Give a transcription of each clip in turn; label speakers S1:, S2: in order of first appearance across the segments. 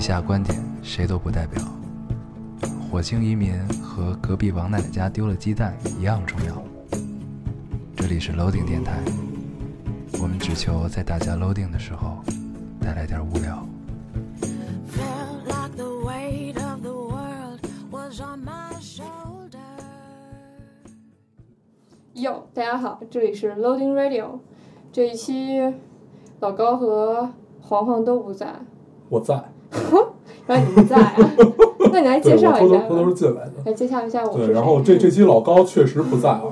S1: 下观点谁都不代表。火星移民和隔壁王奶奶家丢了鸡蛋一样重要。这里是 Loading 电台，我们只求在大家 Loading 的时候带来点无聊。
S2: Felt like the weight of the world was on my shoulders.
S3: 哟，大家好，这里是 Loading Radio。这一期老高和黄黄都不在，
S4: 我在，
S3: 然后你不在 啊？那你来
S4: 对
S3: 介
S4: 我
S3: 绍
S4: 偷
S3: 一
S4: 偷
S3: 下
S4: 偷偷
S3: 吧，
S4: 进来的。
S3: 来介绍一下我是
S4: 对，
S3: 谁。
S4: 然后这这期老高确实不在啊，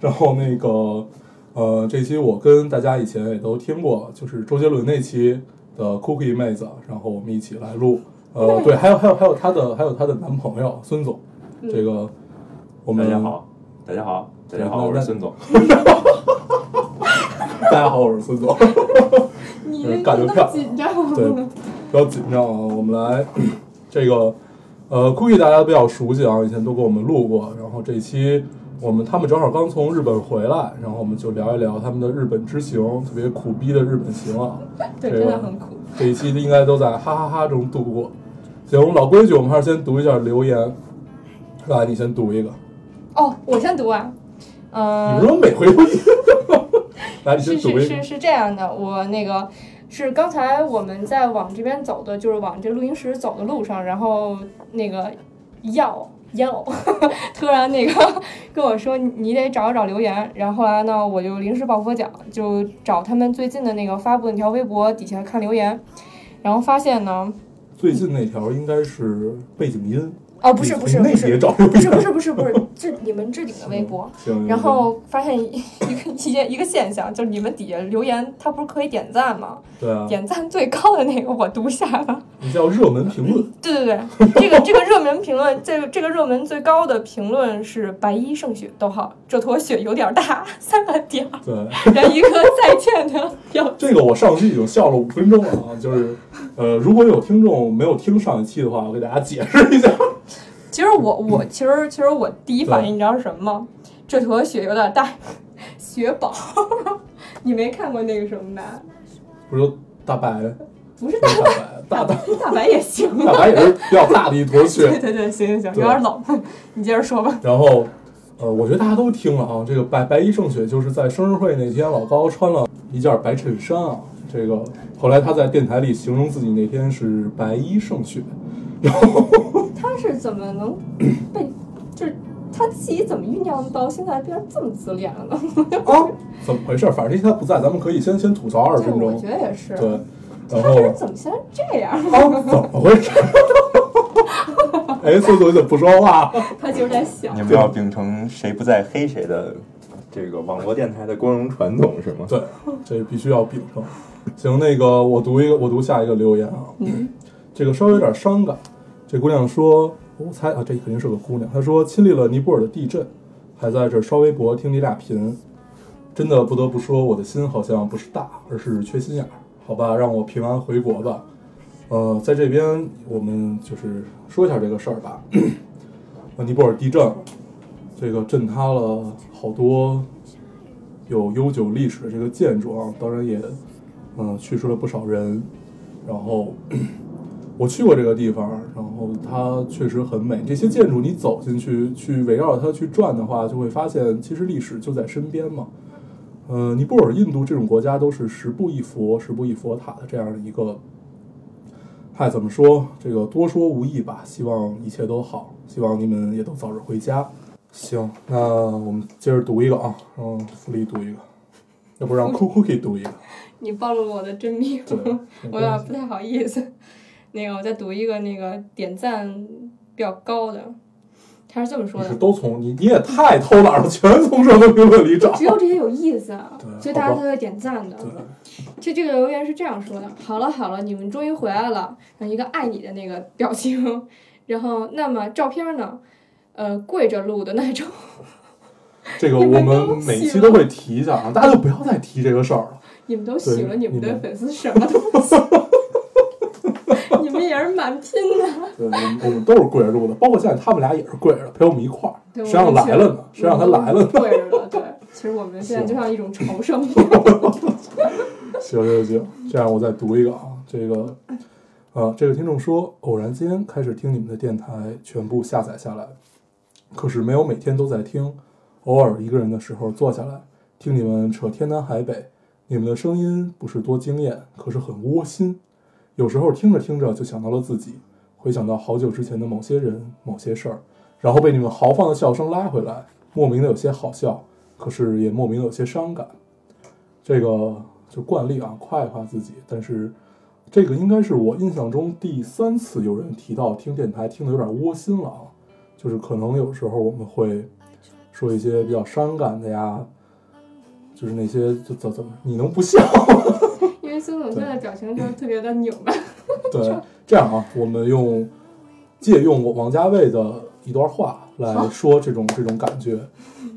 S4: 然后那个呃，这期我跟大家以前也都听过，就是周杰伦那期的 Cookie 妹子，然后我们一起来录。呃，对，还有还有还有她的还有她的男朋友孙总，
S3: 嗯
S4: 这个我们
S5: 大家，好，大家好，大家好，
S4: 对
S5: 我
S4: 那
S5: 是孙总。
S4: 大家好，我是孙总，
S3: 你
S4: 呃
S3: 那
S4: 感
S3: 么
S4: 觉漂亮
S3: 紧张，
S4: 对，不要紧张啊，我们来 这个呃 Cookie 大家比较熟悉啊，以前都给我们录过，然后这期。我们他们正好刚从日本回来，然后我们就聊一聊他们的日本之行，特别苦逼的日本行 啊。
S3: 对，
S4: 这
S3: 真
S4: 个
S3: 的很苦。
S4: 这一期应该都在哈哈哈中度过。行，我们老规矩，我们还是先读一下留言。来，你先读一个。
S3: 哦，我先读啊，
S4: 你
S3: 呃
S4: 们，怎么每回都一样？ 来，你先
S3: 是
S4: 读
S3: 是
S4: 一
S3: 是。
S4: 个
S3: 是这样的，我那个是刚才我们在往这边走的，就是往这录音室走的路上，然后那个要要 突然那个跟我说你你得找一找留言，然后后来呢我就临时抱佛脚，就找他们最近的那个发布的那条微博底下看留言，然后发现呢，
S4: 最近那条应该是背景音，
S3: 哦不是
S4: 你
S3: 不是
S4: 你
S3: 不
S4: 那别
S3: 是
S4: 找。
S3: 不是不是不是不是置你们置顶的微博，
S4: 行。
S3: 然后发现一一个一些一个现象，就是你们底下留言，它不是可以点赞吗？
S4: 对啊，
S3: 点赞最高的那个我读下了。
S4: 你叫热门评论，
S3: 对对对，这个这个热门评论，这个这个热门最高的评论是白衣胜雪，逗号，这坨雪有点大，三个点儿，
S4: 对。
S3: 然后一个再见的要。
S4: 这个我上期已经笑了五分钟了啊，就是，呃，如果有听众没有听上一期的话，我给大家解释一下。
S3: 其实我我其实其实我第一反应你知道是什么吗？这坨雪有点大，雪宝，你没看过那个什么吧？
S4: 不是大白，
S3: 不是
S4: 不
S3: 大
S4: 是大白，大大
S3: 大白也行啊
S4: 大白也是比较大的一坨雪
S3: 对。对对，行行行，有
S4: 对
S3: 点冷，你接着说吧。
S4: 然后，呃，我觉得大家都听了啊，这个白白衣胜雪就是在生日会那天，老高穿了一件白衬衫啊。这个后来他在电台里形容自己那天是白衣胜雪，
S3: 他是怎么 能被，就是他自己怎么酝酿到现在变成这么自恋了呢？
S4: 啊，怎么回事？反正这期他不在，咱们可以先先吐槽二
S3: 对，
S4: 十分
S3: 我
S4: 钟
S3: 觉。得也是。
S4: 对，
S3: 他
S4: 然
S3: 这人
S4: 后
S3: 怎么现在这样？
S4: 啊，怎么回事？ 哎，孙总怎么不说话？
S3: 他就是在想
S5: 你，们要秉承谁不在黑谁的这个网络电台的光荣传统是吗？
S4: 对，这必须要秉承。行，那个我读一个，我读下一个留言啊。这个稍微有点伤感。这姑娘说，我猜啊，这肯定是个姑娘。她说亲历了尼泊尔的地震，还在这儿刷微博听你俩贫。真的不得不说，我的心好像不是大，而是缺心眼儿。好吧，让我平安回国吧。呃，在这边我们就是说一下这个事儿吧。 呃尼泊尔地震，这个震塌了好多有悠久历史的这个建筑啊，当然也嗯、呃去世了不少人。然后我去过这个地方，然后它确实很美。这些建筑你走进去，去围绕它去转的话，就会发现其实历史就在身边嘛。呃，尼泊尔、印度这种国家都是十步一佛、十步一佛塔的这样一个。嗨，怎么说？这个多说无益吧。希望一切都好，希望你们也都早日回家。行，那我们接着读一个啊，嗯，福利读一个，要不让 Cookie 读 一个，
S3: 你暴露了我的真 面
S4: 对
S3: 目，，我有点
S4: 没关系
S3: 不太好意思。 那个，我再读一个那个点赞比较高的，他是这么说
S4: 你是
S3: 的。
S4: 都从你你也太偷懒了，全从这个评论里找。
S3: 只有这些有意思啊
S4: 对，
S3: 所以大家
S4: 好
S3: 才
S4: 吧
S3: 会点赞的。
S4: 对，
S3: 就这个留言是这样说的：好了好了，你们终于回来了，然后一个爱你的那个表情，然后那么照片呢？呃，跪着录的那种，
S4: 这个
S3: 你
S4: 我
S3: 们都
S4: 们每期都会提一下啊，大家就不要再提这个事儿了。
S3: 你们都洗了
S4: 对
S3: 你们
S4: 你
S3: 的
S4: 们
S3: 粉丝什么东西？你们也是蛮拼的。
S4: 对，我们我们都是跪着录的，包括现在他们俩也是跪着陪我们一块儿。
S3: 对
S4: 谁让来了呢？谁让他来了？呢？
S3: 跪着了，对。其实我们现在就像一种朝圣。
S4: 行行行，这样我再读一个啊，这个，啊，这个听众说，偶然间开始听你们的电台，全部下载下来，可是没有每天都在听，偶尔一个人的时候坐下来听你们扯天南海北，你们的声音不是多惊艳，可是很窝心。有时候听着听着就想到了自己，回想到好久之前的某些人、某些事儿，然后被你们豪放的笑声拉回来，莫名的有些好笑，可是也莫名的有些伤感。这个就惯例啊，夸一夸自己。但是这个应该是我印象中第三次有人提到听电台听的有点窝心了啊，就是可能有时候我们会说一些比较伤感的呀，就是那些就怎怎么你能不笑？
S3: 因为孙总现在表情就是特别的拧巴。
S4: 对，这样啊，我们用借用我王家卫的一段话来说这种这种感觉，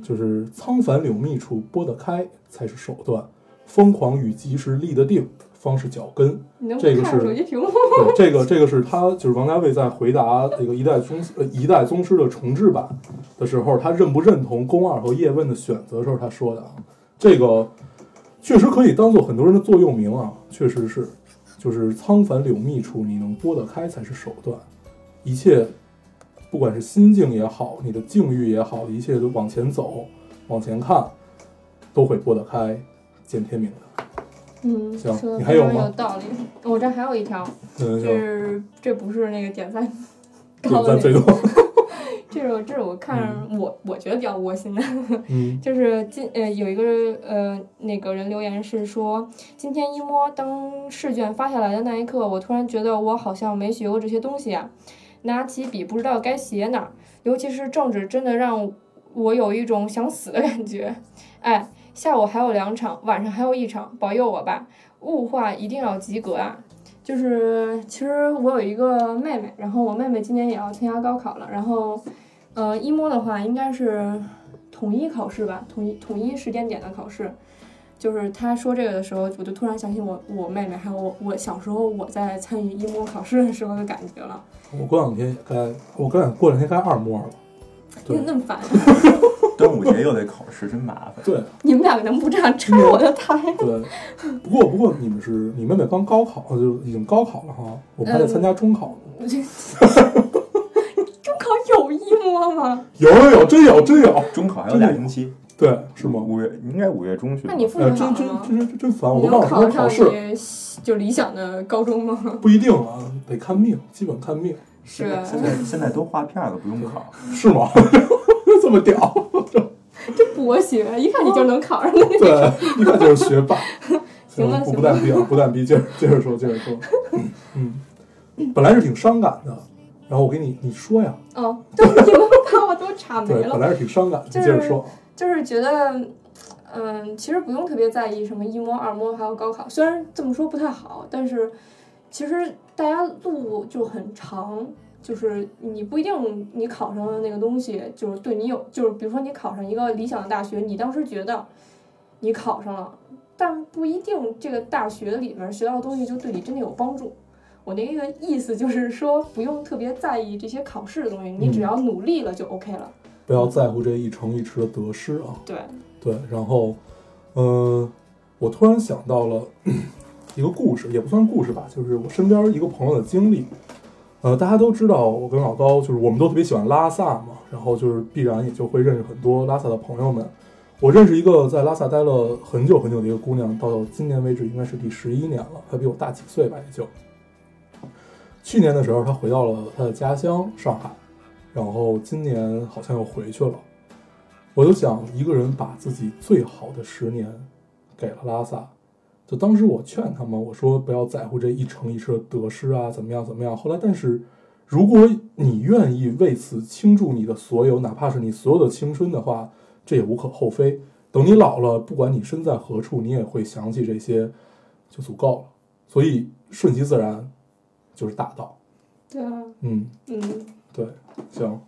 S4: 就是苍凡柳密处拨得开才是手段，疯狂与及时立得定方是脚跟。
S3: 你能不
S4: 这个
S3: 看着
S4: 是
S3: 手机屏幕？
S4: 对，这个这个是他就是王家卫在回答这个一代宗师呃一代宗师的重制版的时候，他认不认同宫二和叶问的选择的时候他说的啊，这个确实可以当做很多人的座右铭啊，确实是，就是苍凡柳密处，你能拨得开才是手段，一切不管是心境也好，你的境遇也好，一切都往前走，往前看，都会拨得开，见天明的。
S3: 嗯，
S4: 行
S3: 说
S4: 你
S3: 的
S4: 还
S3: 非
S4: 有
S3: 常
S4: 吗
S3: 有道理。我这还有一条，这
S4: 嗯，
S3: 是这不是那个点赞
S4: 点
S3: 高
S4: 赞
S3: 的
S4: 最嗯
S3: 那
S4: 多
S3: 个，， 这是我这是我看我我觉得比较窝心的。
S4: 嗯
S3: 就是今呃有一个呃那个人留言是说，今天一摸当试卷发下来的那一刻，我突然觉得我好像没学过这些东西啊，拿起笔不知道该写哪儿，尤其是政治，真的让我有一种想死的 感觉。哎，下午还有两场，晚上还有一场，保佑我吧！物化一定要及格啊！就是其实我有一个妹妹，然后我妹妹今年也要参加高考了，然后呃一摸的话应该是统一考试吧，统一统一时间点的考试。就是他说这个的时候，我就突然想起我我妹妹，还有我我小时候我在参与一模考试的时候的感觉了，
S4: 我过两天也该，我过两过两天该二模了。对
S3: 那那么烦，
S5: 端午节又得考试，真麻 烦。
S4: 对
S3: 你们两个能不这样拆我的台？
S4: 对，不过不过你们是你妹妹刚高考，呃就已经高考了哈，我们还得参加中考呢。
S3: 中考有一摸吗？
S4: 有有有，真有真有。
S5: 中考还有俩星期，
S4: 对，是吗？
S5: 五月应该五月中旬吧。
S3: 那你父
S4: 哎，
S3: 母好
S4: 真
S3: 了
S4: 真
S3: 吗？
S4: 真真真烦，我
S3: 你
S4: 都忘
S3: 能
S4: 了什么
S3: 考
S4: 时候考
S3: 上
S4: 试，
S3: 你就理想的高中 吗？
S4: 不一定啊，得看命，基本看命，
S3: 是吧，
S5: 现在现在都划片了，不用考。
S4: 是吗？ 这么屌，
S3: 这博学，一看你就能考上 的。
S4: 对，一看就是学霸。
S3: 行吧
S4: 我
S3: 行
S4: 不
S3: 吧
S4: 蛋逼啊，不蛋逼，接着接着说，接着说。嗯，嗯本来是挺伤感的，然后我给你你说呀，
S3: 哦，对，你们把我都岔没
S4: 对，本
S3: 了，
S4: 来是挺伤感的，你
S3: 就
S4: 接
S3: 是
S4: 着说。
S3: 就是觉得。嗯，其实不用特别在意什么一模、二模，还有高考。虽然这么说不太好，但是其实大家路就很长，就是你不一定你考上的那个东西，就是对你有，就是比如说你考上一个理想的大学，你当时觉得你考上了，但不一定这个大学里面学到的东西就对你真的有帮助。我的一个意思就是说，不用特别在意这些考试的东西，你只要努力了就 OK 了。
S4: 不要在乎这一城一池的得失啊。
S3: 对，
S4: 对，然后，呃，我突然想到了一个故事，也不算故事吧，就是我身边一个朋友的经历。呃，大家都知道，我跟老高就是我们都特别喜欢拉萨嘛，然后就是必然也就会认识很多拉萨的朋友们。我认识一个在拉萨待了很久很久的一个姑娘，到今年为止应该是第十一年了，她比我大几岁吧，也就。去年的时候，她回到了她的家乡上海，然后今年好像又回去了。我就想一个人把自己最好的十年给了拉萨。就当时我劝他们，我说不要在乎这一城一城的得失啊，怎么样怎么样。后来，但是如果你愿意为此倾注你的所有，哪怕是你所有的青春的话，这也无可厚非。等你老了，不管你身在何处，你也会想起这些，就足够了。所以顺其自然就是大道。
S3: 对啊，
S4: 嗯，
S3: 嗯。
S4: 对，行，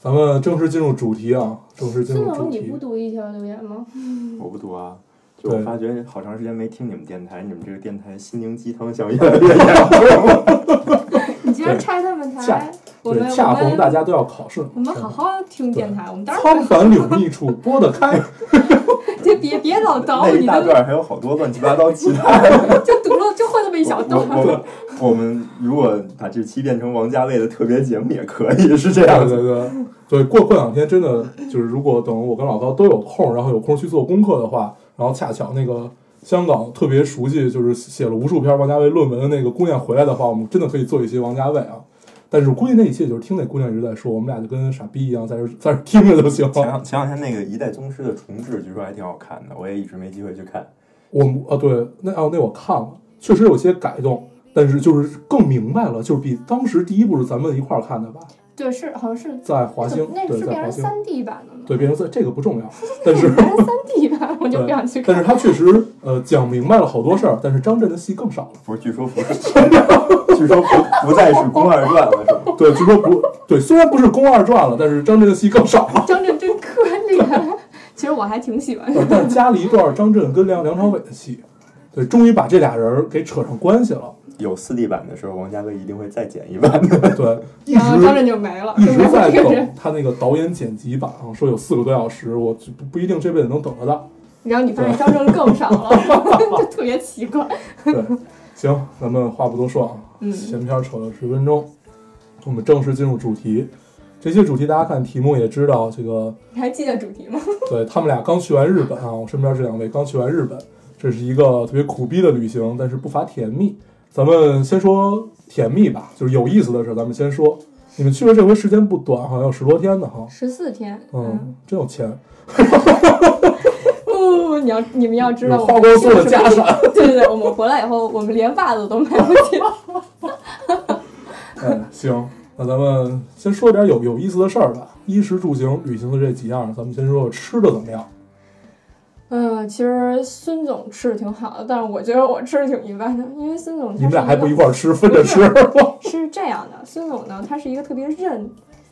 S4: 咱们正式进入主题啊，正式进
S3: 孙
S4: 入
S3: 总，
S4: 主
S3: 你
S4: 题。
S3: 不读一条留言 吗？
S5: 我不读啊，就我
S4: 对
S5: 发觉好长 时间没听你们电台，你们这个电台心灵鸡汤像越来越严重了。
S3: 你这居然拆他们
S4: 恰
S3: 台，我们
S4: 对，恰逢
S3: 我
S4: 大
S3: 们
S4: 家都要考试，
S3: 我们好好听电台，我们当然
S4: 苍凡柳密处，拨 得开。
S3: 就别别老倒
S5: 那一
S3: 你
S5: 大
S3: 的，
S5: 段还有好多乱七八糟其他 的。
S3: 就读了就会那么一小段
S5: 我我
S3: 儿。
S5: 们我们如果把这期变成王家卫的特别节目也可以，是这样
S4: 对
S5: 子。
S4: 对对，所以过过两天真的就是，如果等我跟老高都有空，然后有空去做功课的话，然后恰巧那个香港特别熟悉，就是写了无数篇王家卫论文的那个姑娘回来的话，我们真的可以做一些王家卫啊。但是估计那一期也就是听那姑娘一直在说，我们俩就跟傻逼一样在这在这听着就行
S5: 前
S4: 了。
S5: 两前两天那个《一代宗师》的重置，据说还挺好看的，我也一直没机会去看。
S4: 我们啊，对，那哦、那我看了，确实有些改动，但是就是更明白了，就是比当时第一部是咱们一块儿看的吧，
S3: 对，是好像是
S4: 在华星，
S3: 那
S4: 对，
S3: 是
S4: 在
S3: 变
S4: 华
S3: 成
S4: 星，
S3: 三 D 版的吗？
S4: 对，变成这这个不重要，但 是。
S3: 变成三 D 版，我就
S4: 对
S3: 不想去看
S4: 但。是他确实呃讲明白了好多事儿，但是张震的戏更少了。
S5: 不是，据说不是，据说不不再是宫二传了，是吗？
S4: 对，就说不对，虽然不是宫二传了，但是张震的戏更少了。
S3: 张震真可怜。其实我还挺喜欢
S4: 呃但是加了一段张震跟梁梁朝伟的戏，对，终于把这俩人儿给扯上关系了。
S5: 有四 D 版的时候，王家卫一定会再剪一版的。
S4: 对， 一
S3: 然后张震
S4: 直
S3: 就没了，
S4: 一
S3: 就没
S4: 直在
S3: 有这个
S4: 等
S3: 人。
S4: 他那个导演剪辑版啊，说有四个多小时，我就不不一定这辈子能等得到。
S3: 然后你发现张震更少 了，就特别奇怪。
S4: 对，行，咱们话不多说啊，
S3: 嗯
S4: 闲篇儿扯了十分钟，我们正式进入主题。这些主题大家看题目也知道，这个
S3: 你还记得主题吗？
S4: 对他们俩刚去完日本啊，我身边这两位刚去完日本，这是一个特别苦逼的旅行，但是不乏甜蜜。咱们先说甜蜜吧，就是有意思的事，咱们先说。你们去的这回时间不短，好像有十多天呢哈，
S3: 十四天。
S4: 嗯，真有钱，
S3: 不，你要你们要知道，
S4: 有花光所有的家 产。
S3: 对对对，我们回来以后，我们连袜子都买不起。
S4: 嗯，行，那咱们先说点有有意思的事儿吧，衣食住行、旅行的这几样，咱们先说说吃的怎么样。
S3: 嗯，其实孙总吃的挺好的，但是我觉得我吃的挺一般的，因为孙总他
S4: 你们俩
S3: 是
S4: 还不
S3: 个
S4: 一块儿吃，分着吃。
S3: 是这样的，孙总呢，他是一个特别认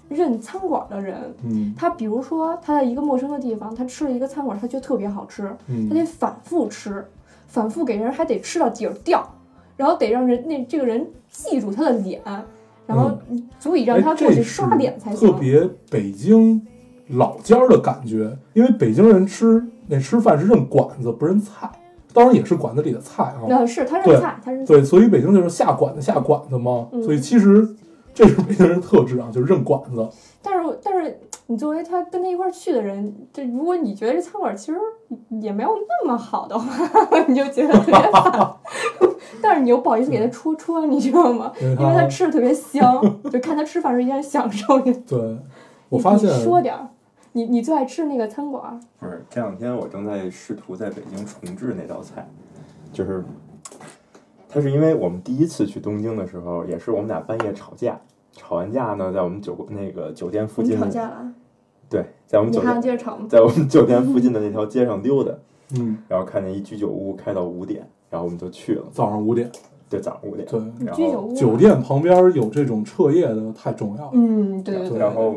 S3: 认餐馆的人。
S4: 嗯
S3: 他比如说他在一个陌生的地方，他吃了一个餐馆，他觉得特别好吃，他
S4: 嗯，
S3: 得反复吃，反复给人还得吃到底儿掉，然后得让人那这个人记住他的脸，然后足以让
S4: 哎
S3: 他过
S4: 这
S3: 去
S4: 是
S3: 刷脸才行
S4: 特。别北京老家儿的感觉，因为北京人吃那吃饭是认馆子不认菜，当然也是馆子里的菜啊。
S5: 哦
S3: 那呃是他
S4: 对
S3: 认菜，他认菜。
S4: 对，所以北京就是下馆子下馆子嘛。
S3: 嗯
S4: 所以其实这是北京人特质啊，就是认馆子。
S3: 但是但是你作为他跟他一块儿去的人，这如果你觉得这餐馆其实也没有那么好的话， 你就觉得特别烦。 但是你又不好意思给
S5: 嗯
S3: 他戳穿，你知道吗？
S4: 因为
S3: 因为
S4: 他
S3: 他吃的特别香，就看他吃饭时候一样享受。你
S4: 对，我发现
S3: 你说点儿，你你最爱吃的那个餐馆儿，
S5: 不是，这两天我正在试图在北京重制那道菜，就是，它是因为我们第一次去东京的时候，也是我们俩半夜吵架，吵完架呢，在我们酒那个酒店附
S3: 你
S5: 近
S3: 吵
S5: 的，
S3: 架了，
S5: 对，在我们
S3: 你
S5: 酒
S3: 还想
S5: 店
S3: 接着吵吗？
S5: 在我们酒店附近的那条街上溜达，
S4: 嗯，
S5: 然后看见一居酒屋开到五点，然后我们就去了，
S4: 早上五点，
S5: 对，早上五点，
S4: 对，
S3: 你
S5: 然
S3: 居酒
S5: 后
S3: 屋啊
S4: 酒，店旁边有这种彻夜的太重要了。
S3: 嗯，对对对，
S5: 然后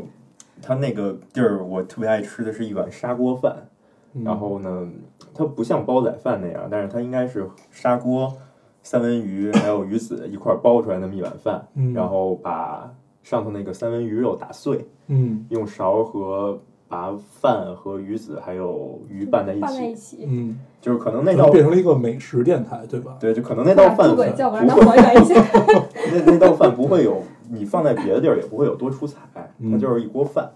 S5: 他那个地儿我特别爱吃的是一碗砂锅饭，
S4: 嗯
S5: 然后呢，它不像煲仔饭那样，但是它应该是砂锅、三文鱼还有鱼子一块儿煲出来那么一碗饭，
S4: 嗯
S5: 然后把上头那个三文鱼肉打碎，
S4: 嗯
S5: 用勺和把饭和鱼子还有鱼拌在一
S3: 拌在一
S5: 起，
S3: 起。
S4: 嗯，
S5: 就是可能
S4: 可
S5: 那
S4: 能
S5: 道
S4: 变成了一个美食电台，对吧？
S5: 对，就可能那道
S3: 把
S5: 饭
S3: 猪
S5: 不
S3: 鬼
S5: 会
S3: 叫过来，让还原一下。
S5: 那那道饭不会有，你放在别的地儿也不会有多出彩，
S4: 嗯
S5: 它就是一锅饭，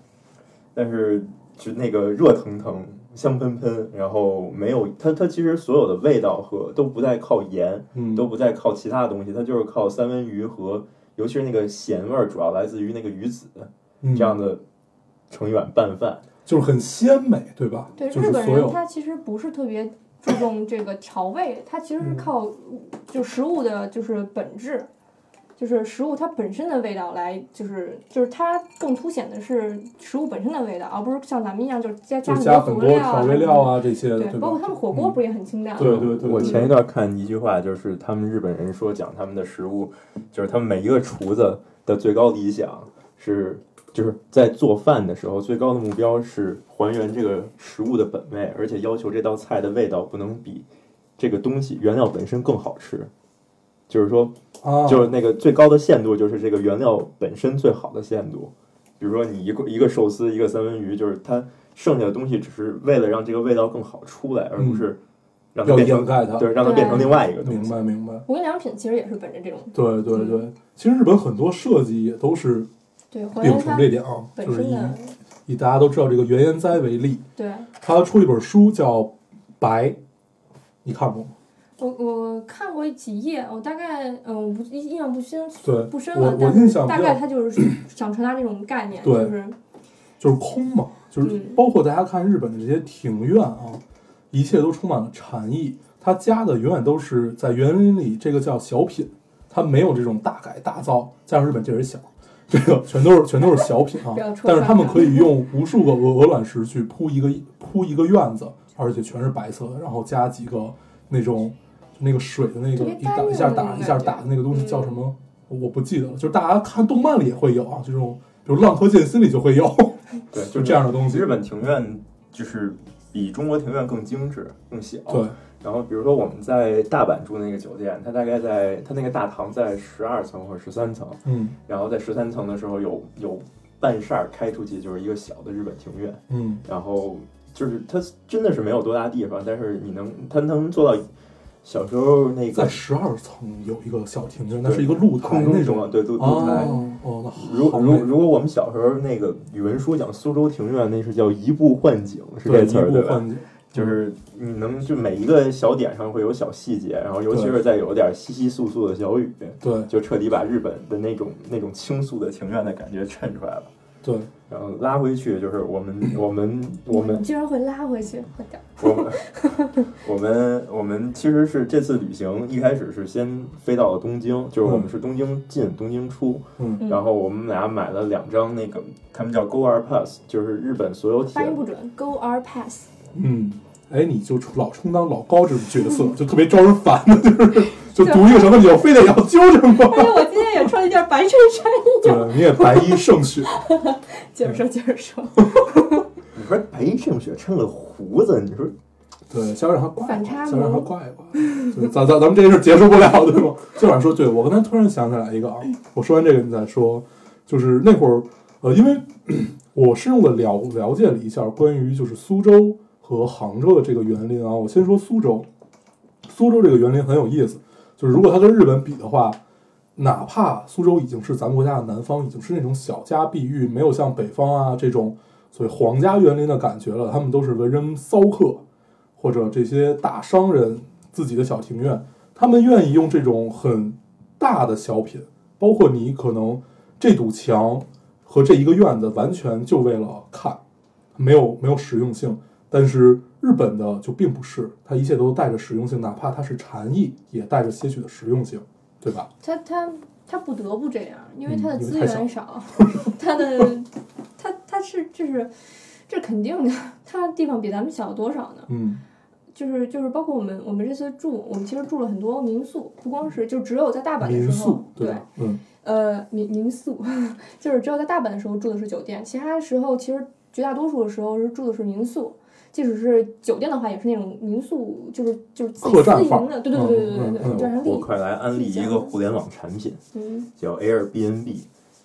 S5: 但是就那个热腾腾、香喷喷，然后没有它它其实所有的味道和都不再靠盐，
S4: 嗯，
S5: 都不再靠其他的东西，它就是靠三文鱼和尤其是那个咸味儿，主要来自于那个鱼子
S4: 嗯
S5: 这样的盛一碗拌饭，
S4: 就是很鲜美，对吧？
S3: 对
S4: 就
S3: 日
S4: 是
S3: 本
S4: 所
S3: 人，
S4: 有
S3: 他其实不是特别注重这个调味，他其实是
S4: 嗯
S3: 靠就食物的就是本质，就是食物它本身的味道来，就是就是它更凸显的是食物本身的味道，而不是像咱们一样就是加
S4: 就是
S3: 加
S4: 加
S3: 很
S4: 很
S3: 多
S4: 多调味料
S3: 啊
S4: 啊这些
S3: 什
S4: 的
S3: 么，的，对，
S4: 吧
S3: 包括？他们火锅不是也很清淡吗？
S4: 对对对，
S5: 我
S4: 对
S5: 前一段看一句话，就是他们日本人说讲他们的食物，就是他们每一个厨子的最高理想是，就是在做饭的时候最高的目标是还原这个食物的本味，而且要求这道菜的味道不能比这个东西原料本身更好吃。就是说，
S4: 啊，
S5: 就是那个最高的限度就是这个原料本身最好的限度。比如说你一个一个寿司，一个三文鱼，就是它剩下的东西只是为了让这个味道更好出来，而不是让它
S4: 要
S5: 变
S4: 掩
S5: 成
S4: 盖它。
S5: 对，让它变成另外一个东
S4: 明
S5: 西。
S4: 白明白。
S3: 无印良品其实也是本着这种
S4: 对对
S3: 嗯
S4: 对，其实日本很多设计也都是
S3: 对还
S4: 秉
S3: 原
S4: 承
S3: 它
S4: 这点啊，
S3: 本
S4: 就是
S3: 身
S4: 以
S3: 的
S4: 以大家都知道这个原研哉为例，
S3: 对。
S4: 他出一本书叫《白》，你看过吗？
S3: 我我看过几页，我大概嗯、呃我不印象不深
S4: 对，
S3: 不深
S4: 我
S3: 了，
S4: 我
S3: 但
S4: 印象比
S3: 大
S4: 较
S3: 概它就是 想传达这种概念，
S4: 对
S3: 就是
S4: 就是空嘛，就是
S3: 嗯
S4: 包括大家看日本的这些庭院啊，一切都充满了禅意。他加的永远都是在园里，这个叫小品，它没有这种大改大造。加上日本这人小，这个全都是全都是小品啊
S3: 不要。戳
S4: 但是他们
S3: 穿它
S4: 可以用无数个鹅鹅卵石去铺一个铺一个院子，而且全是白色的，然后加几个那种那个水的那个
S3: 特别
S4: 一打
S3: 干
S4: 一下
S3: 净的那
S4: 打
S3: 种
S4: 一下
S3: 感觉
S4: 打的那个东西
S3: 嗯
S4: 叫什么？我不记得了。就是大家看动漫里也会有啊，这种比如《浪客剑心》里就会有。
S5: 对，
S4: 就这样的东西
S5: 日本庭院就是比中国庭院更精致、更小。
S4: 对，
S5: 然后比如说我们在大阪住那个酒店，它大概在它那个大堂在十二层或者十三层，
S4: 嗯
S5: 然后在十三层的时候有有半扇儿开出去就是一个小的日本庭院，
S4: 嗯，
S5: 然后就是它真的是没有多大地方，但是你能它能做到小时候那
S4: 在
S5: 个
S4: 十二层有一个小庭院，那
S5: 对
S4: 是一个露台
S5: 空中
S4: 那
S5: 那
S4: 种
S5: 种对露露台。
S4: 哦哦，那好
S5: 如
S4: 好
S5: 如
S4: 美
S5: 如果我们小时候那个语文书讲苏州庭院，那是叫移步换景，是
S4: 对
S5: 这词儿
S4: 移步
S5: 对吧？
S4: 换景嗯
S5: 就是你能就每一个小点上会有小细节，然后尤其
S4: 对
S5: 是在有点稀稀簌簌的小雨，
S4: 对
S5: 就彻底把日本的那种那种倾诉的庭院的感觉衬出来了。
S4: 对，
S5: 然后拉回去就是我们我们我
S3: 你
S5: 们
S3: 居然会拉回去，好屌！
S5: 我们我们我们其实是这次旅行一开始是先飞到了东京，就是我们是东京进东京出，
S4: 嗯
S3: 嗯
S5: 然后我们俩买了两张那个他们叫 Go R Pass，就是日本所有铁
S3: 发音不准，Go or pass，
S4: 嗯，哎，你就出老充当老高这种角色，就特别招人烦的，就是就读一个什么你就非得要纠正
S3: 而且
S4: 我，
S3: 我今天也穿了一件白衬衫。
S4: 对，你也白衣胜雪，
S3: 接着
S4: 嗯
S3: 说，接着 说，
S5: 你说哎白衣胜雪趁了胡子，你说
S4: 对，想让他怪我，
S3: 反差萌
S4: 想让他怪我，对咱咱咱们这事儿结束不了，对吗？就想说，对我刚才突然想起来一个啊，我说完这个你再说，就是那会儿，呃，因为咳我深入的了了解了一下关于就是苏州和杭州的这个园林啊，我先说苏州，苏州这个园林很有意思，就是如果它跟日本比的话。哪怕苏州已经是咱们国家的南方，已经是那种小家碧玉，没有像北方啊这种所谓皇家园林的感觉了，他们都是文人骚客，或者这些大商人自己的小庭院，他们愿意用这种很大的小品，包括你可能这堵墙和这一个院子，完全就为了看，没有没有实用性。但是日本的就并不是，它一切都带着实用性，哪怕它是禅意，也带着些许的实用性，对吧？
S3: 他他他不得不这样，因为
S4: 嗯
S3: 他的
S4: 因为
S3: 资
S4: 太
S3: 源 少，他的他他是这是这肯定的，他地方比咱们小多少呢？
S4: 嗯，
S3: 就是就是包括我们我们这次住，我们其实住了很多民宿，不光是就只有在大阪的
S4: 民
S3: 时候
S4: 宿，对吧？嗯，
S3: 呃民民宿， 就是只有在大阪的时候住的是酒店，其他时候其实绝大多数的时候是住的是民宿。即使是酒店的话，也是那种民宿，就是就是自
S4: 客
S3: 己
S4: 栈
S3: 私
S4: 范儿
S3: 营的，对对对对对
S4: 嗯
S3: 对
S4: 嗯
S3: 对，
S4: 嗯
S3: 叫啥
S5: 我
S3: 丽？
S5: 快来安利一个互联网产品，
S3: 嗯，
S5: 叫 Airbnb。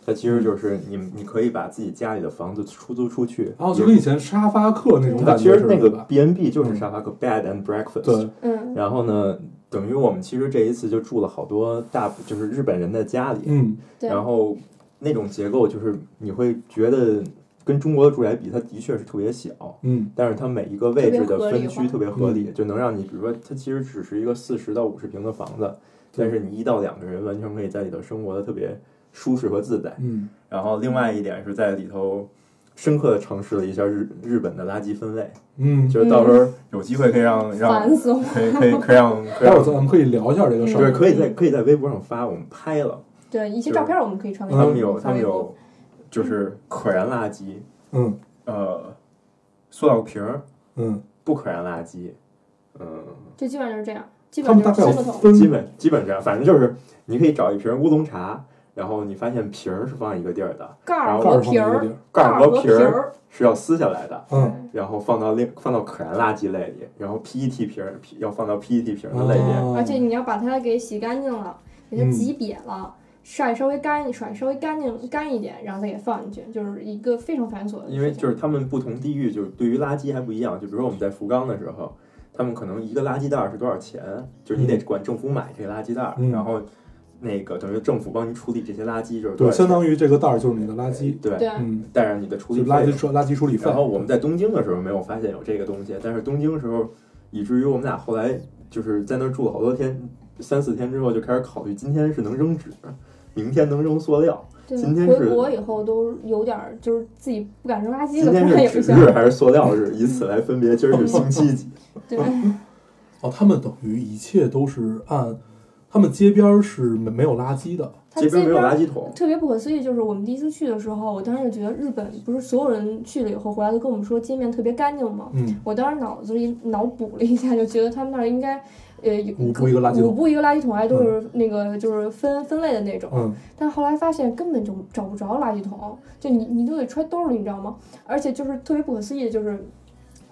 S5: 它其实就是你，你可以把自己家里的房子出租出去。
S4: 然后哦就跟以前沙发客那种
S5: 它
S4: 感
S5: 其
S4: 觉
S5: 实
S4: 似的，
S5: 那
S4: 对
S5: 个
S4: 吧？嗯
S5: B N B 就是沙发客 bed and breakfast。
S4: 对。，
S3: 嗯，
S5: 然后呢，等于我们其实这一次就住了好多大，就是日本人的家里。
S4: 嗯，
S3: 对。
S5: 然后那种结构就是你会觉得跟中国的住宅比，它的确是特别小。
S4: 嗯，
S5: 但是它每一个位置的分区特
S3: 特
S5: 别合理，就能让你，比如说它其实只是一个四十到五十平的房子，
S4: 对
S5: 但是你一到两个人完全可以在里头生活的特别舒适和自在。
S4: 嗯，
S5: 然后另外一点是在里头深刻的尝试了一下日日本的垃圾分类，
S4: 嗯，
S5: 就是到时候有机会可以让让
S3: 烦死我！
S5: 可以可以可以 让可以
S4: 待会儿咱
S5: 让。
S4: 们可以聊一下这个事
S5: 对，
S4: 儿。
S5: 可以在可以在微博上发，我们拍了，
S3: 对，一些
S5: 就是
S3: 照片我们可以传给
S5: 他们有
S3: 们
S5: 他们有，就是可燃垃圾，
S4: 嗯
S5: 呃，塑料瓶儿
S4: 嗯，
S5: 不可燃垃圾，嗯，
S3: 就基本上就是这样，基
S4: 他
S3: 本
S4: 们
S3: 上
S4: 大
S3: 就是
S4: 概有
S3: 三个桶。
S4: 分
S5: 基本基本上，反正就是你可以找一瓶乌龙茶，然后你发现瓶儿是放一个地儿的，
S3: 盖
S5: 然
S3: 儿
S5: 后
S4: 盖
S3: 和
S4: 儿放
S3: 皮
S4: 在一个地
S3: 儿，
S4: 儿，
S5: 盖儿
S3: 儿
S5: 和
S3: 和
S5: 瓶儿
S3: 儿，
S5: 是要撕下来的，
S4: 嗯，
S5: 然后放到另放到可燃垃圾类 E 里，然后 PET E 瓶儿要放到 PET 瓶儿的类别。
S4: 哦
S3: 而且你要把它给洗干净了，给它
S4: 嗯
S3: 挤瘪了，晒稍微干一甩稍微干净干一点，然后再给放进去，就是一个非常繁琐的事情。
S5: 因为就是他们不同地域，就是对于垃圾还不一样。就比如说我们在福冈的时候，他们可能一个垃圾袋儿是多少钱，就是你得管政府买这个垃圾袋儿，
S4: 嗯
S5: 然后那个等于政府帮你处理这些垃圾，就是
S4: 对，
S5: 多少钱
S4: 相当于这个袋儿就是你的垃圾，
S5: 对
S3: 对，
S4: 嗯，
S5: 带上你的处
S4: 就
S5: 理
S4: 是垃
S5: 费
S4: 圾处垃圾处理费
S5: 然，后我们在东京的时候没有发现有这个东西，但是东京的时候，以至于我们俩后来就是在那儿住了好多天，三四天之后就开始考虑，今天是能扔纸，明天能扔塑料，
S3: 对
S5: 今天
S3: 回
S5: 是
S3: 国以后都有点儿就是自己不敢扔垃圾
S5: 今
S3: 了，
S5: 天
S3: 突然有
S5: 是
S3: 一
S5: 纸
S3: 下，
S5: 日还是塑料日，以此来分别今儿是星 期几。
S3: 对，
S4: 哦，他们等于一切都是按，他们街边儿是没没有垃圾的，
S3: 他
S5: 这边没有
S3: 儿
S5: 垃圾桶，
S3: 特别不可思议，就是我们第一次去的时候，我当时觉得日本不是所有人去了以后回来都跟我们说街面特别干净吗？
S4: 嗯，
S3: 我当时脑子里脑补了一下，就觉得他们那儿应该，呃，有
S4: 五步一个垃圾桶
S3: 五步一个垃圾桶，还都是那个就是分分类的那种。
S4: 嗯，
S3: 但后来发现根本就找不着垃圾桶，就你你都得揣兜里，你知道吗？而且就是特别不可思议，就是